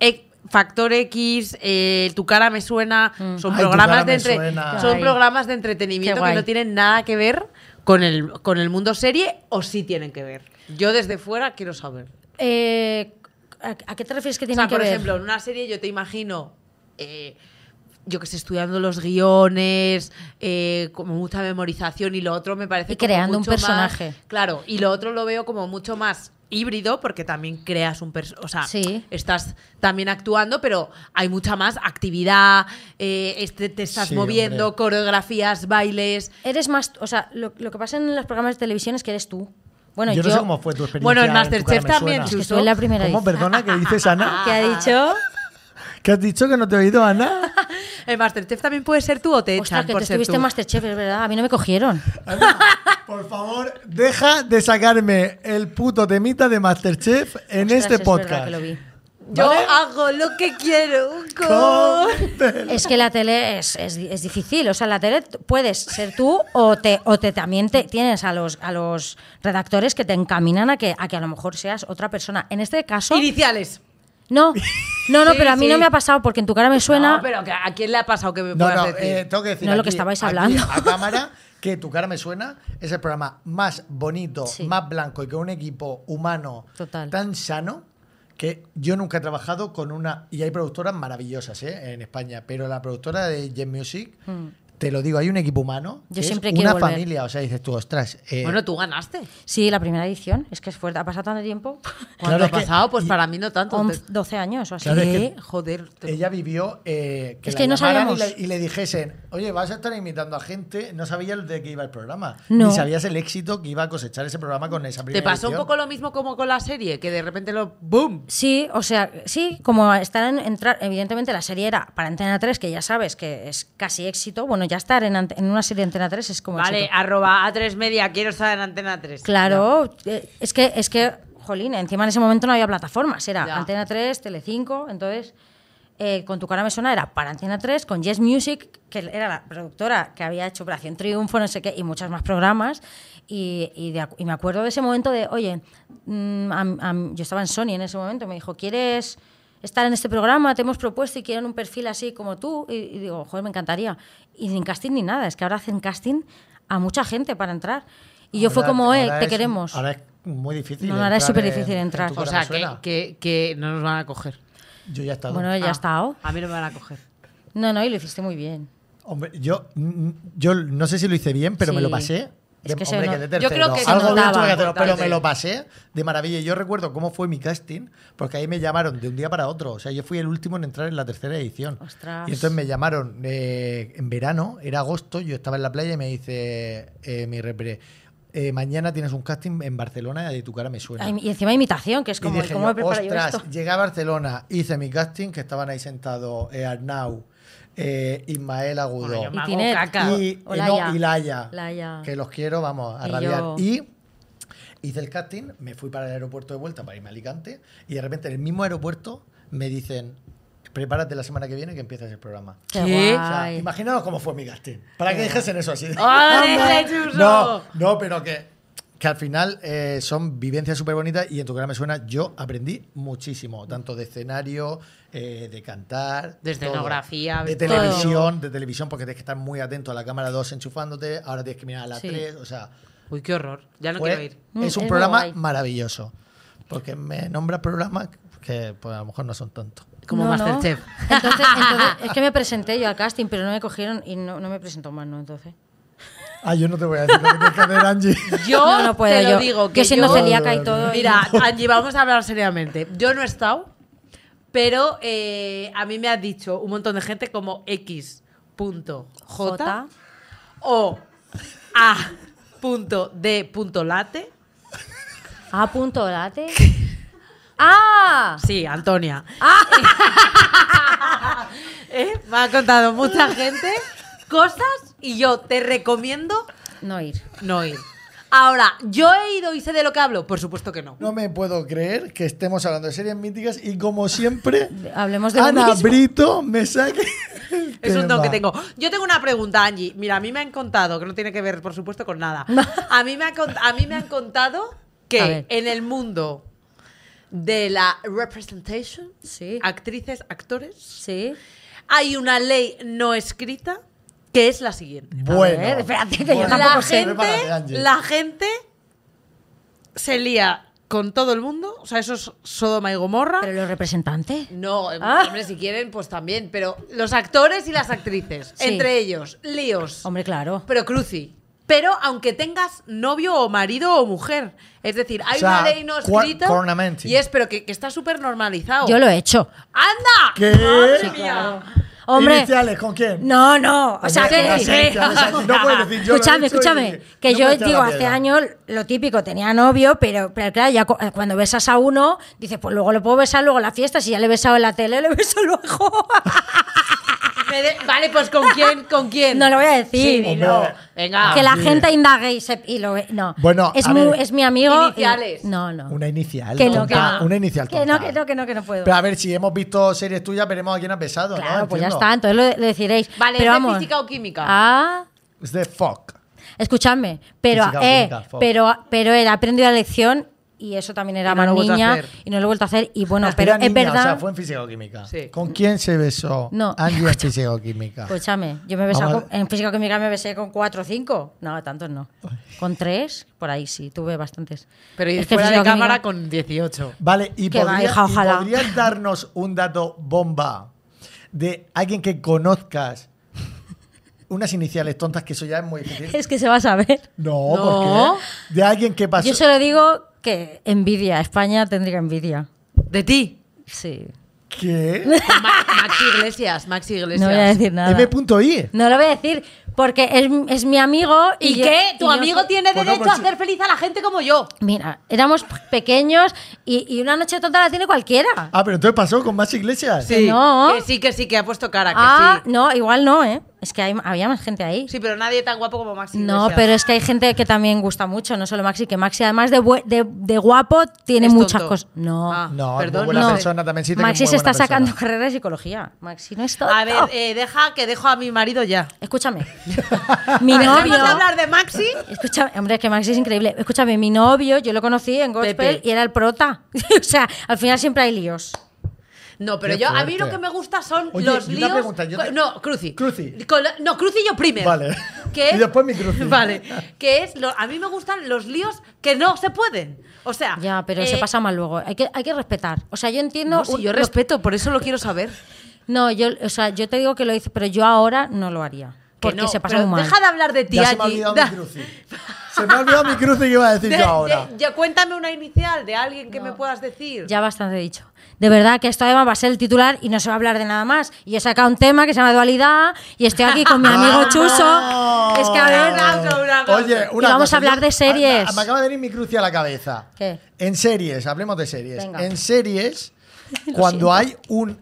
C: eh, Factor X, eh, Tu cara me suena, son
B: Ay, Tu cara
C: programas de
B: me
C: entre-
B: suena.
C: son
D: Ay.
C: programas de
D: Mm. Qué
C: entretenimiento que
D: guay.
C: no tienen nada que ver con el con el mundo serie o sí tienen que ver. Yo desde fuera quiero saber.
D: Eh, ¿a, a qué te refieres
C: O
D: que tiene
C: sea,
D: que
C: por
D: ver?
C: ejemplo, en una serie yo te imagino, eh, yo que sé, estudiando los guiones, eh, como mucha memorización y lo otro me parece
D: Y
C: como
D: creando un
C: mucho más-
D: personaje.
C: claro, y lo otro lo veo como mucho más híbrido porque también creas un personaje, o sea,
D: Sí.
C: estás también actuando, pero hay mucha más actividad, eh, este, te estás
B: Sí,
C: moviendo,
B: hombre.
C: coreografías, bailes.
D: Eres más, o sea, lo, lo que pasa en los programas de televisión es que eres tú. Bueno,
B: yo,
D: yo,
B: no sé cómo fue tu experiencia.
C: Bueno, en
B: Tu
C: Masterchef
B: cara me
C: también,
D: es que
B: suena.
C: Jesús.
D: estuve en la primera Ah.
B: ¿Cómo?
D: edición.
B: Perdona, ¿qué dices, Ana?
D: ¿Qué ha dicho?
B: ¿Qué has dicho que no te he oído, Ana?
C: El Masterchef también puede ser tú o te
D: Ostras,
C: echan
D: que
C: por
D: tú
C: ser
D: estuviste
C: tú.
D: en Masterchef, es verdad. A mí no me cogieron.
B: Ana, por favor, deja de sacarme el puto temita de Masterchef en
D: Ostras,
B: este
D: es verdad
B: podcast.
D: que lo vi.
C: Yo
B: ¿Vale?
C: hago lo que quiero con...
B: Con-
D: Es que la tele es, es, es difícil. O sea, la tele t- puedes ser tú o, te, o te, también te, tienes a los, a los redactores que te encaminan a que, a que a lo mejor seas otra persona. En este caso.
C: Iniciales.
D: No, no, no,
C: Sí,
D: pero a mí no
C: sí.
D: me ha pasado porque en tu cara me suena.
C: No, pero que- ¿a quién le ha pasado que me
B: No,
C: puedas
B: no,
C: decir?
B: eh, tengo que decir.
D: No es lo
B: aquí-
D: que estabais
B: aquí
D: hablando.
B: a cámara que tu cara me suena. Es el programa más bonito,
D: Sí.
B: más blanco y con un equipo humano
D: Total.
B: tan sano que yo nunca he trabajado con una. Y hay productoras maravillosas ¿eh? en España, pero la productora de Jet Music. te lo digo, hay un equipo humano.
D: Mm. Yo
B: que es
D: siempre
B: una
D: quiero volver.
B: familia, o sea, dices tú, ostras. eh,
C: Bueno, tú ganaste.
D: Sí, la primera edición, es que es fuerte, ha pasado tanto tiempo,
C: ¿Cuánto
B: Claro,
C: ha
B: es que-
C: pasado? Pues para mí no tanto.
D: 11, 12 años o así.
B: Claro, es que-
C: Te- Joder. te-
B: Ella vivió eh, que
D: Es
B: la
D: que no
B: llamaran y
D: sabíamos.
B: le, y le dijesen, oye, vas a estar invitando a gente, no sabías de qué iba el programa,
D: No.
B: ni sabías el éxito que iba a cosechar ese programa con esa
C: ¿Te
B: primera
C: pasó un
B: edición.
C: poco lo mismo como con la serie? Que de repente lo... ¡Boom!
D: Sí, o sea, sí, como estar en entrar, evidentemente la serie era para Antena 3, que ya sabes que es casi éxito, bueno, ya estar en, ante- en una serie de Antena 3 es como
C: Vale,
D: éxito.
C: arroba A3 Media, quiero estar en Antena 3.
D: Claro, eh, es que es que jolín, encima en ese momento no había plataformas, era
C: Ya.
D: Antena 3, Telecinco, entonces eh, con tu cara me suena era para Antena 3, con Yes Music, que era la productora que había hecho Operación Triunfo, no sé qué, y muchos más programas. Y, y de acu- y me acuerdo de ese momento de, oye, mm, am- am- yo estaba en Sony en ese momento, me dijo, ¿quieres estar en este programa? Te hemos propuesto y quieren un perfil así como tú. Y, y digo, joder, me encantaría. Y sin casting ni nada, es que ahora hacen casting a mucha gente para entrar. Y yo fue
B: Ahora-
D: como, eh,
B: ahora
D: te
B: es-
D: queremos.
B: Ahora es muy difícil.
D: No, ahora es
B: entrar
D: superdifícil
B: en- en
D: entrar.
B: tu
C: O
B: cara
C: sea,
B: me
C: que,
B: suena.
C: que, que no nos van a coger.
B: Yo ya he estado.
D: Bueno, ya
C: Ah,
D: estado.
C: A mí no me van a coger.
D: No, no, y lo hiciste muy bien.
B: Hombre, yo, mm, yo no sé si lo hice bien, pero me
D: Sí.
B: lo pasé.
D: Es
B: De-
D: que se
B: hombre,
D: no-
B: que de
C: Yo
B: tercero.
C: creo que se
B: Algo bien
D: notaba.
B: tuve que hacerlo, pero
C: Importante.
B: me lo pasé de maravilla. Yo recuerdo cómo fue mi casting, porque ahí me llamaron de un día para otro. O sea, yo fui el último en entrar en la tercera edición.
D: Ostras.
B: Y entonces me llamaron eh, en verano, era agosto, yo estaba en la playa y me dice eh, mi repre, eh, mañana tienes un casting en Barcelona de tu cara me suena.
D: Ay, y encima imitación, que es como,
B: Y dije
D: ¿cómo
B: yo,
D: me preparo yo
B: ostras,
D: esto?
B: llegué a Barcelona, hice mi casting, que estaban ahí sentados eh, Arnau, eh, Ismael Agudo
C: Bueno, yo me
D: Y
C: hago
D: Tiner.
C: caca.
B: y, eh,
D: O Laia.
B: no, y Laia,
D: Laia.
B: que los quiero, vamos, a
D: Y
B: rabiar.
D: yo.
B: Y hice el casting, me fui para el aeropuerto de vuelta para irme a Alicante y de repente en el mismo aeropuerto me dicen, prepárate la semana que viene que empiezas el programa.
D: Qué
C: ¿Qué?
B: O sea,
D: guay.
B: imaginaos cómo fue mi casting. Para que dijesen eso así.
C: ¡Ole, churro!
B: No, no, pero que, que al final eh, son vivencias súper bonitas y en tu cara me suena, yo aprendí muchísimo, tanto de escenario, eh, de cantar.
C: De
B: todo.
C: escenografía,
B: De
C: todo.
B: televisión, de televisión, porque tienes que estar muy atento a la cámara 2 enchufándote, ahora tienes que mirar a la
D: Sí.
B: 3, o sea,
C: Uy, qué horror. Ya no
B: fue-
C: quiero ir.
D: Mm,
B: es un
D: es
B: programa
D: muy guay.
B: maravilloso. Porque me nombra programas que pues, a lo mejor no son tantos.
C: Como
D: No, no.
C: Masterchef.
D: Entonces, entonces, es que me presenté yo al casting, pero no me cogieron y no, no me presentó más, ¿no? Entonces.
B: Ah, yo no te voy a decir lo que tienes que hacer, Angie.
C: Yo
D: no, no puedo
C: te lo
D: yo.
C: digo. Que
D: yo siendo
B: yo-
D: celíaca y todo. y-
C: Mira, Angie, vamos a hablar seriamente. Yo no he estado, pero eh, a mí me ha dicho un montón de gente como X.J
D: Jota.
C: o A.D.Late.
D: A punto late. ¡Ah!
C: Sí, Antonia. Eh, Me ha contado mucha gente cosas y yo te recomiendo
D: No ir.
C: no ir. Ahora, ¿yo he ido y sé de lo que hablo? Por supuesto que no.
B: No me puedo creer que estemos hablando de series míticas y como siempre,
D: Hablemos de lo
B: Ana
D: mismo.
B: Brito me saque.
C: Es un don
B: tema.
C: que tengo. Yo tengo una pregunta, Angie. Mira, a mí me han contado, que no tiene que ver, por supuesto, con nada. A mí me, ha cont- a mí me han contado
D: A
C: que
D: ver.
C: en el mundo de la representation,
D: Sí.
C: actrices, actores,
D: Sí.
C: hay una ley no escrita que es la siguiente.
B: Bueno,
D: A ver, espérate, que yo
B: Bueno,
D: tampoco
C: La
D: sé.
B: prepárate, Angie.
C: gente, la gente se lía con todo el mundo. O sea, eso es Sodoma y Gomorra.
D: Pero los representantes.
C: No, eh,
D: Ah.
C: hombre, si quieren, pues también. Pero los actores y las actrices,
D: Sí.
C: entre ellos, líos,
D: Hombre, claro.
C: pero cruci. Pero aunque tengas novio o marido o mujer. Es decir, hay
B: O sea,
C: una ley no
B: cor-
C: escrita.
B: cornamenting.
C: Y es, pero que, que está súper normalizado.
D: Yo lo he hecho.
C: ¡Anda!
B: ¿Qué?
C: ¡Madre
B: Sí,
C: mía!
D: Hombre.
B: ¿Iniciales con quién?
D: No, no. O sea,
B: Hombre,
D: que.
B: con las iniciales, Angie. No puedes decir yo lo he
D: escúchame,
B: hecho
D: escúchame.
B: y-
D: Que
B: no
D: yo
B: puedes tirar
D: digo,
B: la
D: hace
B: piedra.
D: años lo típico, tenía novio, pero, pero claro, ya cu- cuando besas a uno, dices, pues luego lo puedo besar, luego en la fiesta, si ya le he besado en la tele, le beso luego.
C: Me de- Vale, pues ¿con quién? ¿Con quién?
D: No lo voy a decir.
C: Sí, dilo.
B: Hombre.
C: Venga.
D: que la
B: sí.
D: gente indague y, se, y lo ve- No.
B: Bueno,
D: es,
B: a
D: mu-
B: ver.
D: es mi amigo. y-
C: Iniciales.
D: no, no.
B: Una inicial.
D: Que no,
B: tonta,
D: que no.
B: Una inicial.
D: Que no,
B: tonta.
D: que no, que no, que no puedo.
B: Pero a ver, si hemos visto series tuyas, veremos a quién has besado. ¿no?
D: claro, pues ya
B: Entiendo.
D: está, entonces lo, lo deciréis.
C: Vale,
D: pero
C: ¿es de
D: vamos.
C: física o química?
D: Ah.
B: Es de fuck.
D: Escuchadme, pero,
B: Física o
D: eh,
B: química, Fox.
D: pero, pero he aprendido la lección y eso también era
C: Y no lo he
D: más
C: vuelto a
D: niña
C: hacer.
D: y no lo he vuelto a hacer. Y bueno, pero
B: Era
D: es
B: niña,
D: verdad.
B: O sea, fue en física o química.
C: Sí.
B: ¿Con quién se besó?
D: No. Pues
B: Angie en física o química.
D: Escúchame, yo me besaba
B: Vamos
D: con- en física química me besé con cuatro o cinco. No, tantos no. Con tres, por ahí sí, tuve bastantes.
C: Pero y
D: Es que
C: fuera de
D: física-química-
C: cámara con 18.
B: Vale, y,
D: Que va,
B: podría-
D: hija,
B: y
D: ojalá.
B: podrías darnos un dato bomba de alguien que conozcas unas iniciales tontas, que eso ya es muy difícil.
D: Es que se va a saber.
B: No,
C: No.
B: porque de alguien que pasó.
D: Yo solo digo que envidia. España tendría envidia.
C: ¿De ti?
D: Sí.
B: ¿Qué?
C: Ma- Maxi Iglesias, Maxi Iglesias.
D: No voy a decir nada.
B: M.I.
D: No lo voy a decir porque es, es mi amigo. ¿Y,
C: ¿Y
D: yo-
C: qué? Tu
D: y yo-
C: amigo tiene
B: Bueno,
C: derecho a
B: pues-
C: hacer feliz a la gente como yo.
D: Mira, éramos pequeños y, y una noche tonta la tiene cualquiera.
B: Ah, pero entonces pasó con más iglesias.
D: Sí. no.
C: Que sí, que sí, que ha puesto cara, que
D: Ah,
C: sí.
D: no, igual no, ¿eh? Es que hay- había más gente ahí.
C: Sí, pero nadie tan guapo como Maxi
D: No,
C: Iglesias.
D: pero es que hay gente que también gusta mucho, no solo Maxi, que Maxi además de, bue- de, de guapo tiene
C: Es
D: muchas
C: tonto.
D: cosas. No,
C: Ah,
B: No, es
C: perdón,
B: muy buena
C: no.
B: persona también sí. tiene
D: Maxi
B: muy
D: se
B: buena
D: está sacando
B: persona.
D: carrera de psicología. Maxi no está.
C: A ver, eh, deja que dejo a mi marido ya.
D: Escúchame. mi
C: ¿Dejemos
D: novio.
C: de hablar de Maxi?
D: Escúchame, hombre, es que Maxi es increíble. Escúchame, mi novio, yo lo conocí en Gospel
C: Pepe.
D: y era el prota. o sea, al final siempre hay líos.
C: No, pero
B: Qué
C: yo a mí
B: fuerte.
C: lo que me gusta son
B: Oye,
C: los
B: y una
C: líos.
B: pregunta, yo
C: con-
B: te-
C: No, Cruci.
B: Cruci.
C: Con la- No, Cruci yo primero.
B: Vale. Y después mi Cruci.
C: Vale. Que es lo- a mí me gustan los líos que no se pueden. O sea,
D: Ya, pero
C: eh,
D: se pasa mal luego. Hay que, hay que respetar. O sea, yo entiendo.
C: No, sí,
D: un-
C: yo
D: lo-
C: respeto, por eso lo quiero saber.
D: No, yo, o sea, yo te digo que lo hice, pero yo ahora no lo haría. Porque
C: que no,
D: se pasa
C: pero
D: muy mal.
C: Deja de hablar de ti,
B: Ya se me ha
C: Angie.
B: olvidado
C: Da-
B: mi cruci. Se me ha olvidado mi cruci que iba a decir
C: de-
B: yo ahora.
C: de- ya cuéntame una inicial de alguien que me puedas decir.
D: Ya bastante dicho. De verdad que esto además va a ser el titular y no se va a hablar de nada más. Y he sacado un tema que se llama dualidad y estoy aquí con mi amigo Chuso. Es que a
C: Un
D: ver,
C: aplauso, un aplauso.
B: Ah. Oye, una
D: Y vamos
B: cosa,
D: a hablar
B: yo-
D: de series.
B: Me, me acaba de venir mi cruci a la cabeza.
D: ¿Qué?
B: En series, hablemos de series.
D: Venga.
B: En series, cuando hay un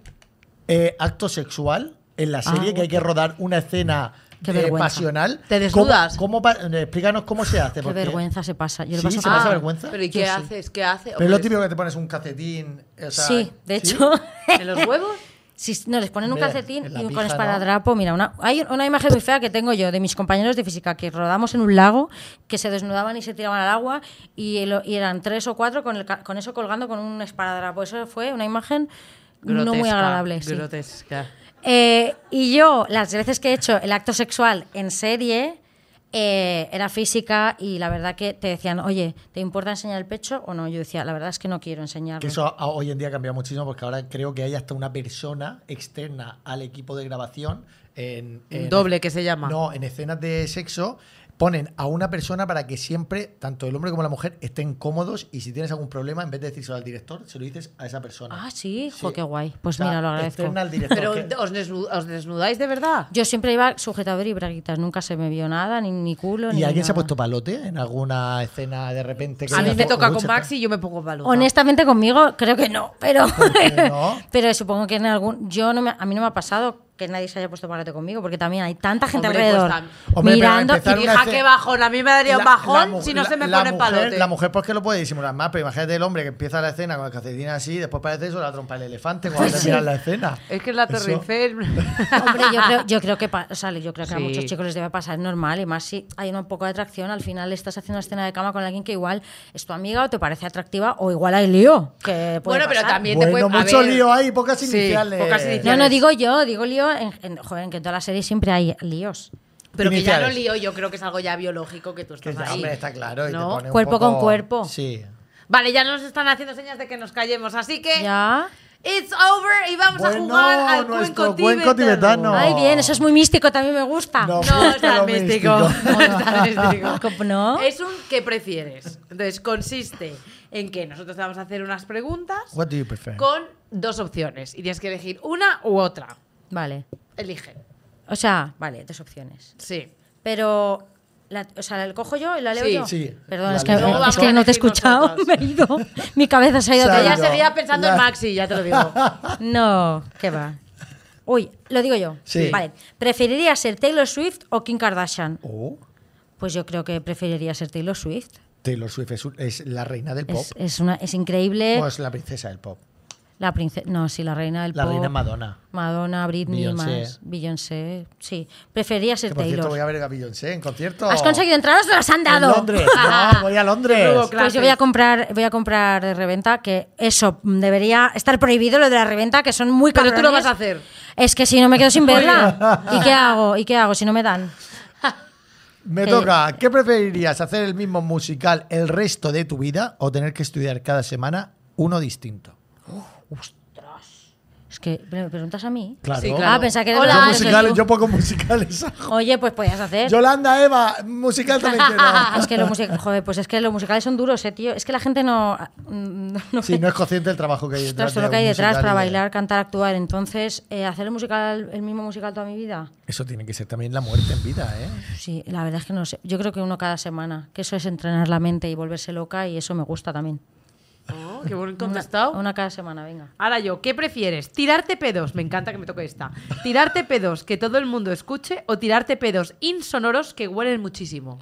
B: eh, acto sexual en la serie que hay que rodar una escena
D: Ah, Qué
B: eh,
D: vergüenza.
B: pasional.
C: Te desnudas.
B: ¿Cómo, cómo pa- eh, explícanos cómo se hace.
D: qué
B: porque-
D: vergüenza se pasa. Yo lo
B: Sí, Ah.
D: paso
B: se
D: fatal.
B: pasa vergüenza?
C: Ah, Pero ¿y
D: Yo
C: qué
D: sí.
C: haces? ¿Qué haces?
B: Pero es lo típico que te pones un calcetín. o sea,
D: sí, de hecho.
C: ¿En los huevos?
D: Si no, les ponen un
B: Hombre,
D: calcetín
B: en
D: y
B: la
D: un-
B: pija,
D: con
B: ¿no?
D: esparadrapo. Mira, una, hay una imagen muy fea que tengo yo de mis compañeros de física que rodamos en un lago, que se desnudaban y se tiraban al agua y, lo- y eran tres o cuatro con, el ca- con eso colgando con un esparadrapo. Eso fue una imagen no muy
C: Grotesca,
D: agradable. sí.
C: Grotesca.
D: Eh, y yo, las veces que he hecho el acto sexual en serie, eh, era física y la verdad que te decían, oye, ¿te importa enseñar el pecho o no? Yo decía, la verdad es que no quiero enseñarlo.
B: Que eso a- hoy en día ha cambiado muchísimo porque ahora creo que hay hasta una persona externa al equipo de grabación en, en-
C: Doble que se llama.
B: Eh, No, en escenas de sexo ponen a una persona para que siempre, tanto el hombre como la mujer, estén cómodos y si tienes algún problema, en vez de decírselo al director, se lo dices a esa persona.
D: Ah, sí,
B: Sí.
D: jo, qué guay. Pues
B: O sea,
D: mira, lo agradezco.
B: Externa al director.
C: Pero
B: que-
C: ¿os, desnu- os desnudáis de verdad?
D: Yo siempre iba sujetador y braguitas, nunca se me vio nada, ni mi culo, ni
B: ¿Y alguien se ha
D: nada.
B: puesto palote en alguna escena de repente? que
C: A mí
B: digas,
C: me
B: "Oh,
C: toca
B: uy,
C: con
B: se está-".
C: Maxi y yo me pongo balón.
D: Honestamente conmigo creo que no, pero
B: ¿Por qué no?
D: pero supongo que en algún yo no me- a mí no me ha pasado que nadie se haya puesto parate conmigo porque también hay tanta gente
C: Hombre, pues
D: alrededor
C: tam-
B: Hombre, pero
D: mirando
B: empezar
D: y-
B: una
C: Hija,
B: escena-
C: qué bajón. A mí me daría un
B: La-
C: bajón
B: la mu-
C: si no
B: la-
C: se me
B: la
C: pone
B: mujer-
C: palote.
B: La mujer porque lo puede disimular más, pero imagínate el hombre que empieza la escena con el calcetín así, después parece eso la trompa del elefante cuando
D: Pues sí.
B: termina la escena.
C: Es que es la
B: Eso-
C: Torre Eiffel.
D: Hombre, yo creo, yo creo que pa- o sea, yo creo que a
C: Sí.
D: muchos chicos les debe pasar es normal y más si hay un poco de atracción, al final estás haciendo una escena de cama con alguien que igual es tu amiga o te parece atractiva o igual hay lío. Que puede
C: Bueno, pero
D: pasar.
C: también te
B: Bueno,
C: puede... a
B: mucho
C: ver,
B: lío hay, pocas
C: Sí,
B: iniciales.
C: pocas
D: No,
C: iniciales.
D: no digo yo, digo lío en, en- joder, que en toda la serie siempre hay líos.
C: Pero que ya no
B: Iniciales.
C: lío, yo creo que es algo ya biológico que tú
B: Que
C: estás
B: ya,
C: ahí.
B: hombre, está claro. y te
C: ¿No?
B: pone un
D: Cuerpo con
B: poco-
D: cuerpo.
B: Sí.
C: Vale, ya nos están haciendo señas de que nos callemos, así que...
D: Ya.
C: It's over y vamos a
B: Bueno,
C: jugar al
B: nuestro
C: cuenco
B: cuenco
C: tibetano.
B: tibetano.
D: Ay, bien, eso es muy místico, también me gusta.
C: No,
B: pero
C: está
B: lo
C: místico. No, está místico.
D: ¿Cómo no?
C: Es un ¿qué prefieres? Entonces, consiste en que nosotros te vamos a hacer unas preguntas
B: What do you prefer?
C: con dos opciones y tienes que elegir una u otra.
D: Vale.
C: Elige.
D: O sea, vale, dos opciones.
C: Sí.
D: Pero, la- o sea, ¿la cojo yo y la leo
C: Sí.
D: yo?
B: Sí.
D: Perdón,
B: La
D: es que,
B: leo.
D: es
B: Luego
D: que
C: vamos a
D: no te he
C: elegir
D: escuchado, me
C: nosotras.
D: he ido. Mi cabeza se ha ido
B: Se ha
D: otra
C: Ella
B: Claro.
D: vez.
B: ido.
C: seguía pensando en
B: La-
C: Maxi, ya te lo digo.
D: No, ¿qué va? Uy, lo digo yo.
B: Sí.
D: Vale, ¿preferiría ser Taylor Swift o Kim Kardashian?
B: Oh,
D: Pues yo creo que preferiría ser Taylor Swift.
B: Taylor Swift es, un- es la reina del pop.
D: Es, es una, es increíble.
B: O es la princesa del pop.
D: la princesa. No, sí, la reina del
B: La
D: pop.
B: reina Madonna.
D: Madonna, Britney,
B: Beyoncé.
D: más. Beyoncé. Sí, preferiría ser
B: Que por cierto,
D: Taylor.
B: voy a ver a Beyoncé en concierto.
D: ¿Has conseguido entradas? ¿Te las han
B: En
D: dado? Ah,
B: Londres. No, voy a Londres.
C: Luego,
D: Pues yo voy a comprar, voy a comprar de reventa, que eso mm, debería estar prohibido lo de la reventa, que son muy
C: Pero
D: caros.
C: tú lo vas a hacer.
D: Es que si no me quedo sin verla. ¿Y qué hago? ¿Y qué hago si no me dan?
B: Me
D: Que-
B: toca, ¿qué preferirías? ¿Hacer el mismo musical el resto de tu vida o tener que estudiar cada semana uno distinto?
D: Es que me preguntas a mí.
B: Claro.
C: Sí, claro.
D: Ah, pensaba que
B: Yo
D: era
C: Hola,
D: Ah, eso
B: musicales,
D: tú.
B: yo poco musicales.
D: Oye, pues podías hacer.
B: Yolanda, Eva, musical también
D: Ah,
B: quiero.
D: es que los musicales, joder, pues es que los musicales son duros, eh, tío. Es que la gente no. mm, no
B: Sí, no es consciente del trabajo que hay
D: Ostras,
B: detrás.
D: todo
B: de
D: lo que hay
B: un
D: detrás
B: musical eh.
D: para
B: y de-
D: bailar, cantar, actuar. Entonces, eh, hacer el musical, el mismo musical toda mi vida.
B: Eso tiene que ser también la muerte en vida, ¿eh?
D: Sí, la verdad es que no sé. Yo creo que uno cada semana, que eso es entrenar la mente y volverse loca y eso me gusta también.
C: Oh, qué buen
D: Una-
C: contestado.
D: Una, cada semana, venga.
C: Ahora yo, ¿qué prefieres? ¿Tirarte pedos? Me encanta que me toque esta. ¿Tirarte pedos que todo el mundo escuche o tirarte pedos insonoros que huelen muchísimo?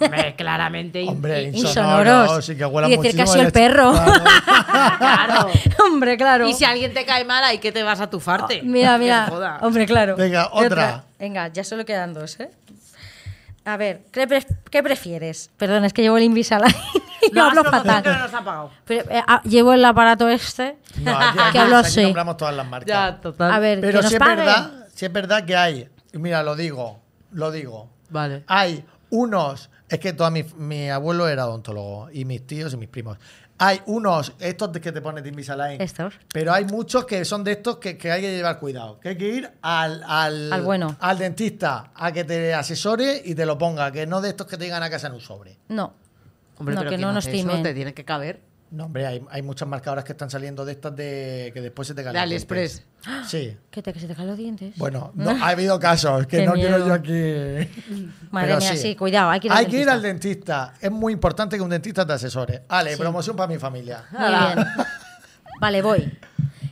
C: Hombre, claramente. in-
B: Hombre,
C: in-
B: insonoros. Sí, que huela
D: y decir que ha
B: muchísimo
D: sido el
B: leche.
D: perro.
B: Claro.
C: Claro.
D: Hombre, claro. Ah,
C: Y si alguien te cae mal, ¿y qué te vas a tufarte?
D: Mira,
C: Que
D: mira.
C: se joda.
D: Hombre, claro.
B: Venga,
D: Y
B: otra.
D: Venga, ya solo quedan dos, ¿eh? A ver, ¿qué, pref- qué prefieres? Perdón, es que llevo el Invisalign y
C: No,
D: hablo
C: has propuesto
D: fatal.
C: que no nos ha pagado.
D: Pero, eh, ah, llevo el aparato este
B: No, aquí, aquí-
D: que hablo
B: aquí
D: así.
B: nombramos todas las marcas.
C: Ya, total.
D: A ver,
B: Pero
D: que nos
B: si es
D: paguen.
B: verdad, si es verdad que hay, mira, lo digo, lo digo.
C: Vale.
B: Hay unos, es que toda mi, mi abuelo era odontólogo y mis tíos y mis primos. Hay unos, estos de que te pones de Invisalign.
D: Estos.
B: Pero hay muchos que son de estos que, que hay que llevar cuidado. Que hay que ir al, al,
D: Al bueno.
B: al dentista a que te asesore y te lo ponga. Que no de estos que te llegan a casa en un sobre.
D: No.
C: Hombre,
D: no,
C: pero
D: que
C: ¿quién
D: no nos
C: hace eso?
D: timen.
C: Te tienen que caber.
B: No, hombre, hay, hay muchas marcas ahora que están saliendo de estas de que después se te caen. los
C: AliExpress.
B: dientes. Sí.
D: Que te, que se te caen los dientes.
B: Bueno, no, ha habido casos que
D: Ah. Qué
B: no quiero
D: miedo.
B: yo aquí.
D: Madre
B: Pero
D: mía, sí, cuidado, hay que ir al dentista.
B: al dentista. Es muy importante que un dentista te asesore. Ale, promoción para mi familia.
D: Muy bien. Vale, voy.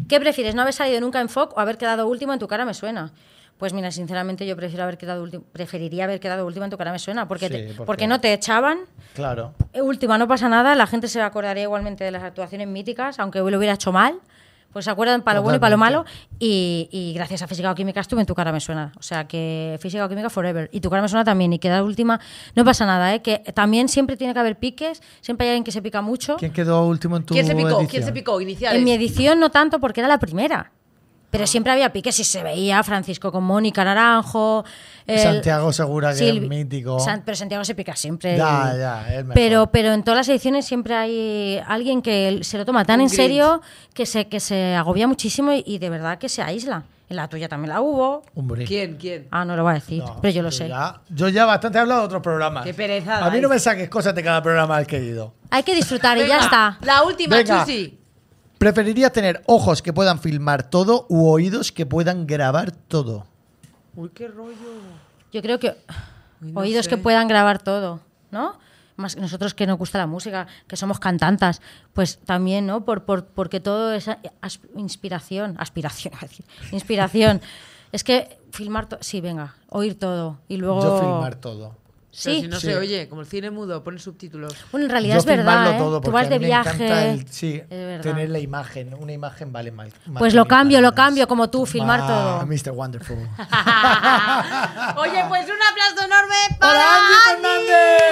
D: ¿Qué prefieres, no haber salido nunca en FOC o haber quedado último en tu cara me suena? Pues mira, sinceramente yo prefiero haber quedado ulti- preferiría haber quedado última en tu cara me suena, porque,
B: Sí,
D: te-
B: porque-
D: porque no te echaban.
B: Claro.
D: Eh, Última, no pasa nada, la gente se acordaría igualmente de las actuaciones míticas, aunque hoy lo hubiera hecho mal. Pues se acuerdan para lo bueno y para lo malo. Y, y gracias a Física o Química estuve en tu cara me suena. O sea que Física o Química forever. Y tu cara me suena también. Y quedar última, no pasa nada, ¿eh? Que también siempre tiene que haber piques, siempre hay alguien que se pica mucho.
B: ¿Quién quedó último en tu
C: ¿Quién se picó? ¿Quién
B: edición?
C: se picó? Iniciales.
D: En mi edición no tanto porque era la primera. Pero siempre había piques y se veía Francisco con Mónica Naranjo. el-
B: Eh, Santiago Segura, que
D: Silvi-
B: es mítico.
D: San- pero Santiago se pica siempre.
B: Ya,
D: Y-
B: ya, es mejor.
D: Pero, pero en todas las ediciones siempre hay alguien que se lo toma tan
C: Un
D: en serio que se, que se agobia muchísimo y, y de verdad que se aísla. En la tuya también la hubo.
B: Hombre.
C: ¿Quién? ¿Quién?
D: Ah, no lo va a decir,
B: No,
D: pero yo lo sé.
B: ya- yo ya bastante he hablado de otros programas.
C: Qué pereza
B: A mí no
C: dais.
B: me saques cosas de cada programa al querido.
D: Hay que disfrutar y ya
C: Venga,
D: está.
C: La última,
B: Venga.
C: Chusi.
B: ¿Preferirías tener ojos que puedan filmar todo u oídos que puedan grabar todo?
C: Uy, qué rollo.
D: Yo creo que
C: Uy, no
D: oídos
C: sé.
D: que puedan grabar todo, ¿no? Más que nosotros que nos gusta la música, que somos cantantas, pues también, ¿no? Por, por- porque todo es as- inspiración, aspiración, iba a decir, inspiración. es que filmar, to- sí, venga, oír todo y luego...
B: Yo filmar
C: Pero
B: todo.
D: Sí,
C: si no
B: Sí.
C: se oye, como el cine mudo, ponen subtítulos.
D: bueno, en realidad
B: Yo
D: es verdad,
B: filmarlo
D: ¿eh?
B: todo,
D: Tú
B: porque
D: vas
B: a
D: de
B: mí me encanta
D: viaje...
B: el- sí,
D: es verdad.
B: tener la imagen. Una imagen vale mal. más
D: Pues
B: que
D: lo
B: mil
D: cambio, lo
B: palabras.
D: cambio, como tú, filmar
B: Toma,
D: todo.
B: Mr. Wonderful.
C: Oye, pues un aplauso enorme
B: ¡Para
C: para
B: Andy Fernández!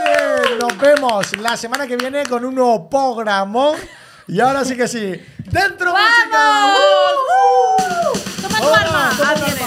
B: ¡Grande! Nos vemos la semana que viene con un nuevo programón. Y ahora sí que sí. ¡Dentro música! ¡Uh!
C: Toma tu arma.
B: toma tu
C: Ángel.
B: arma.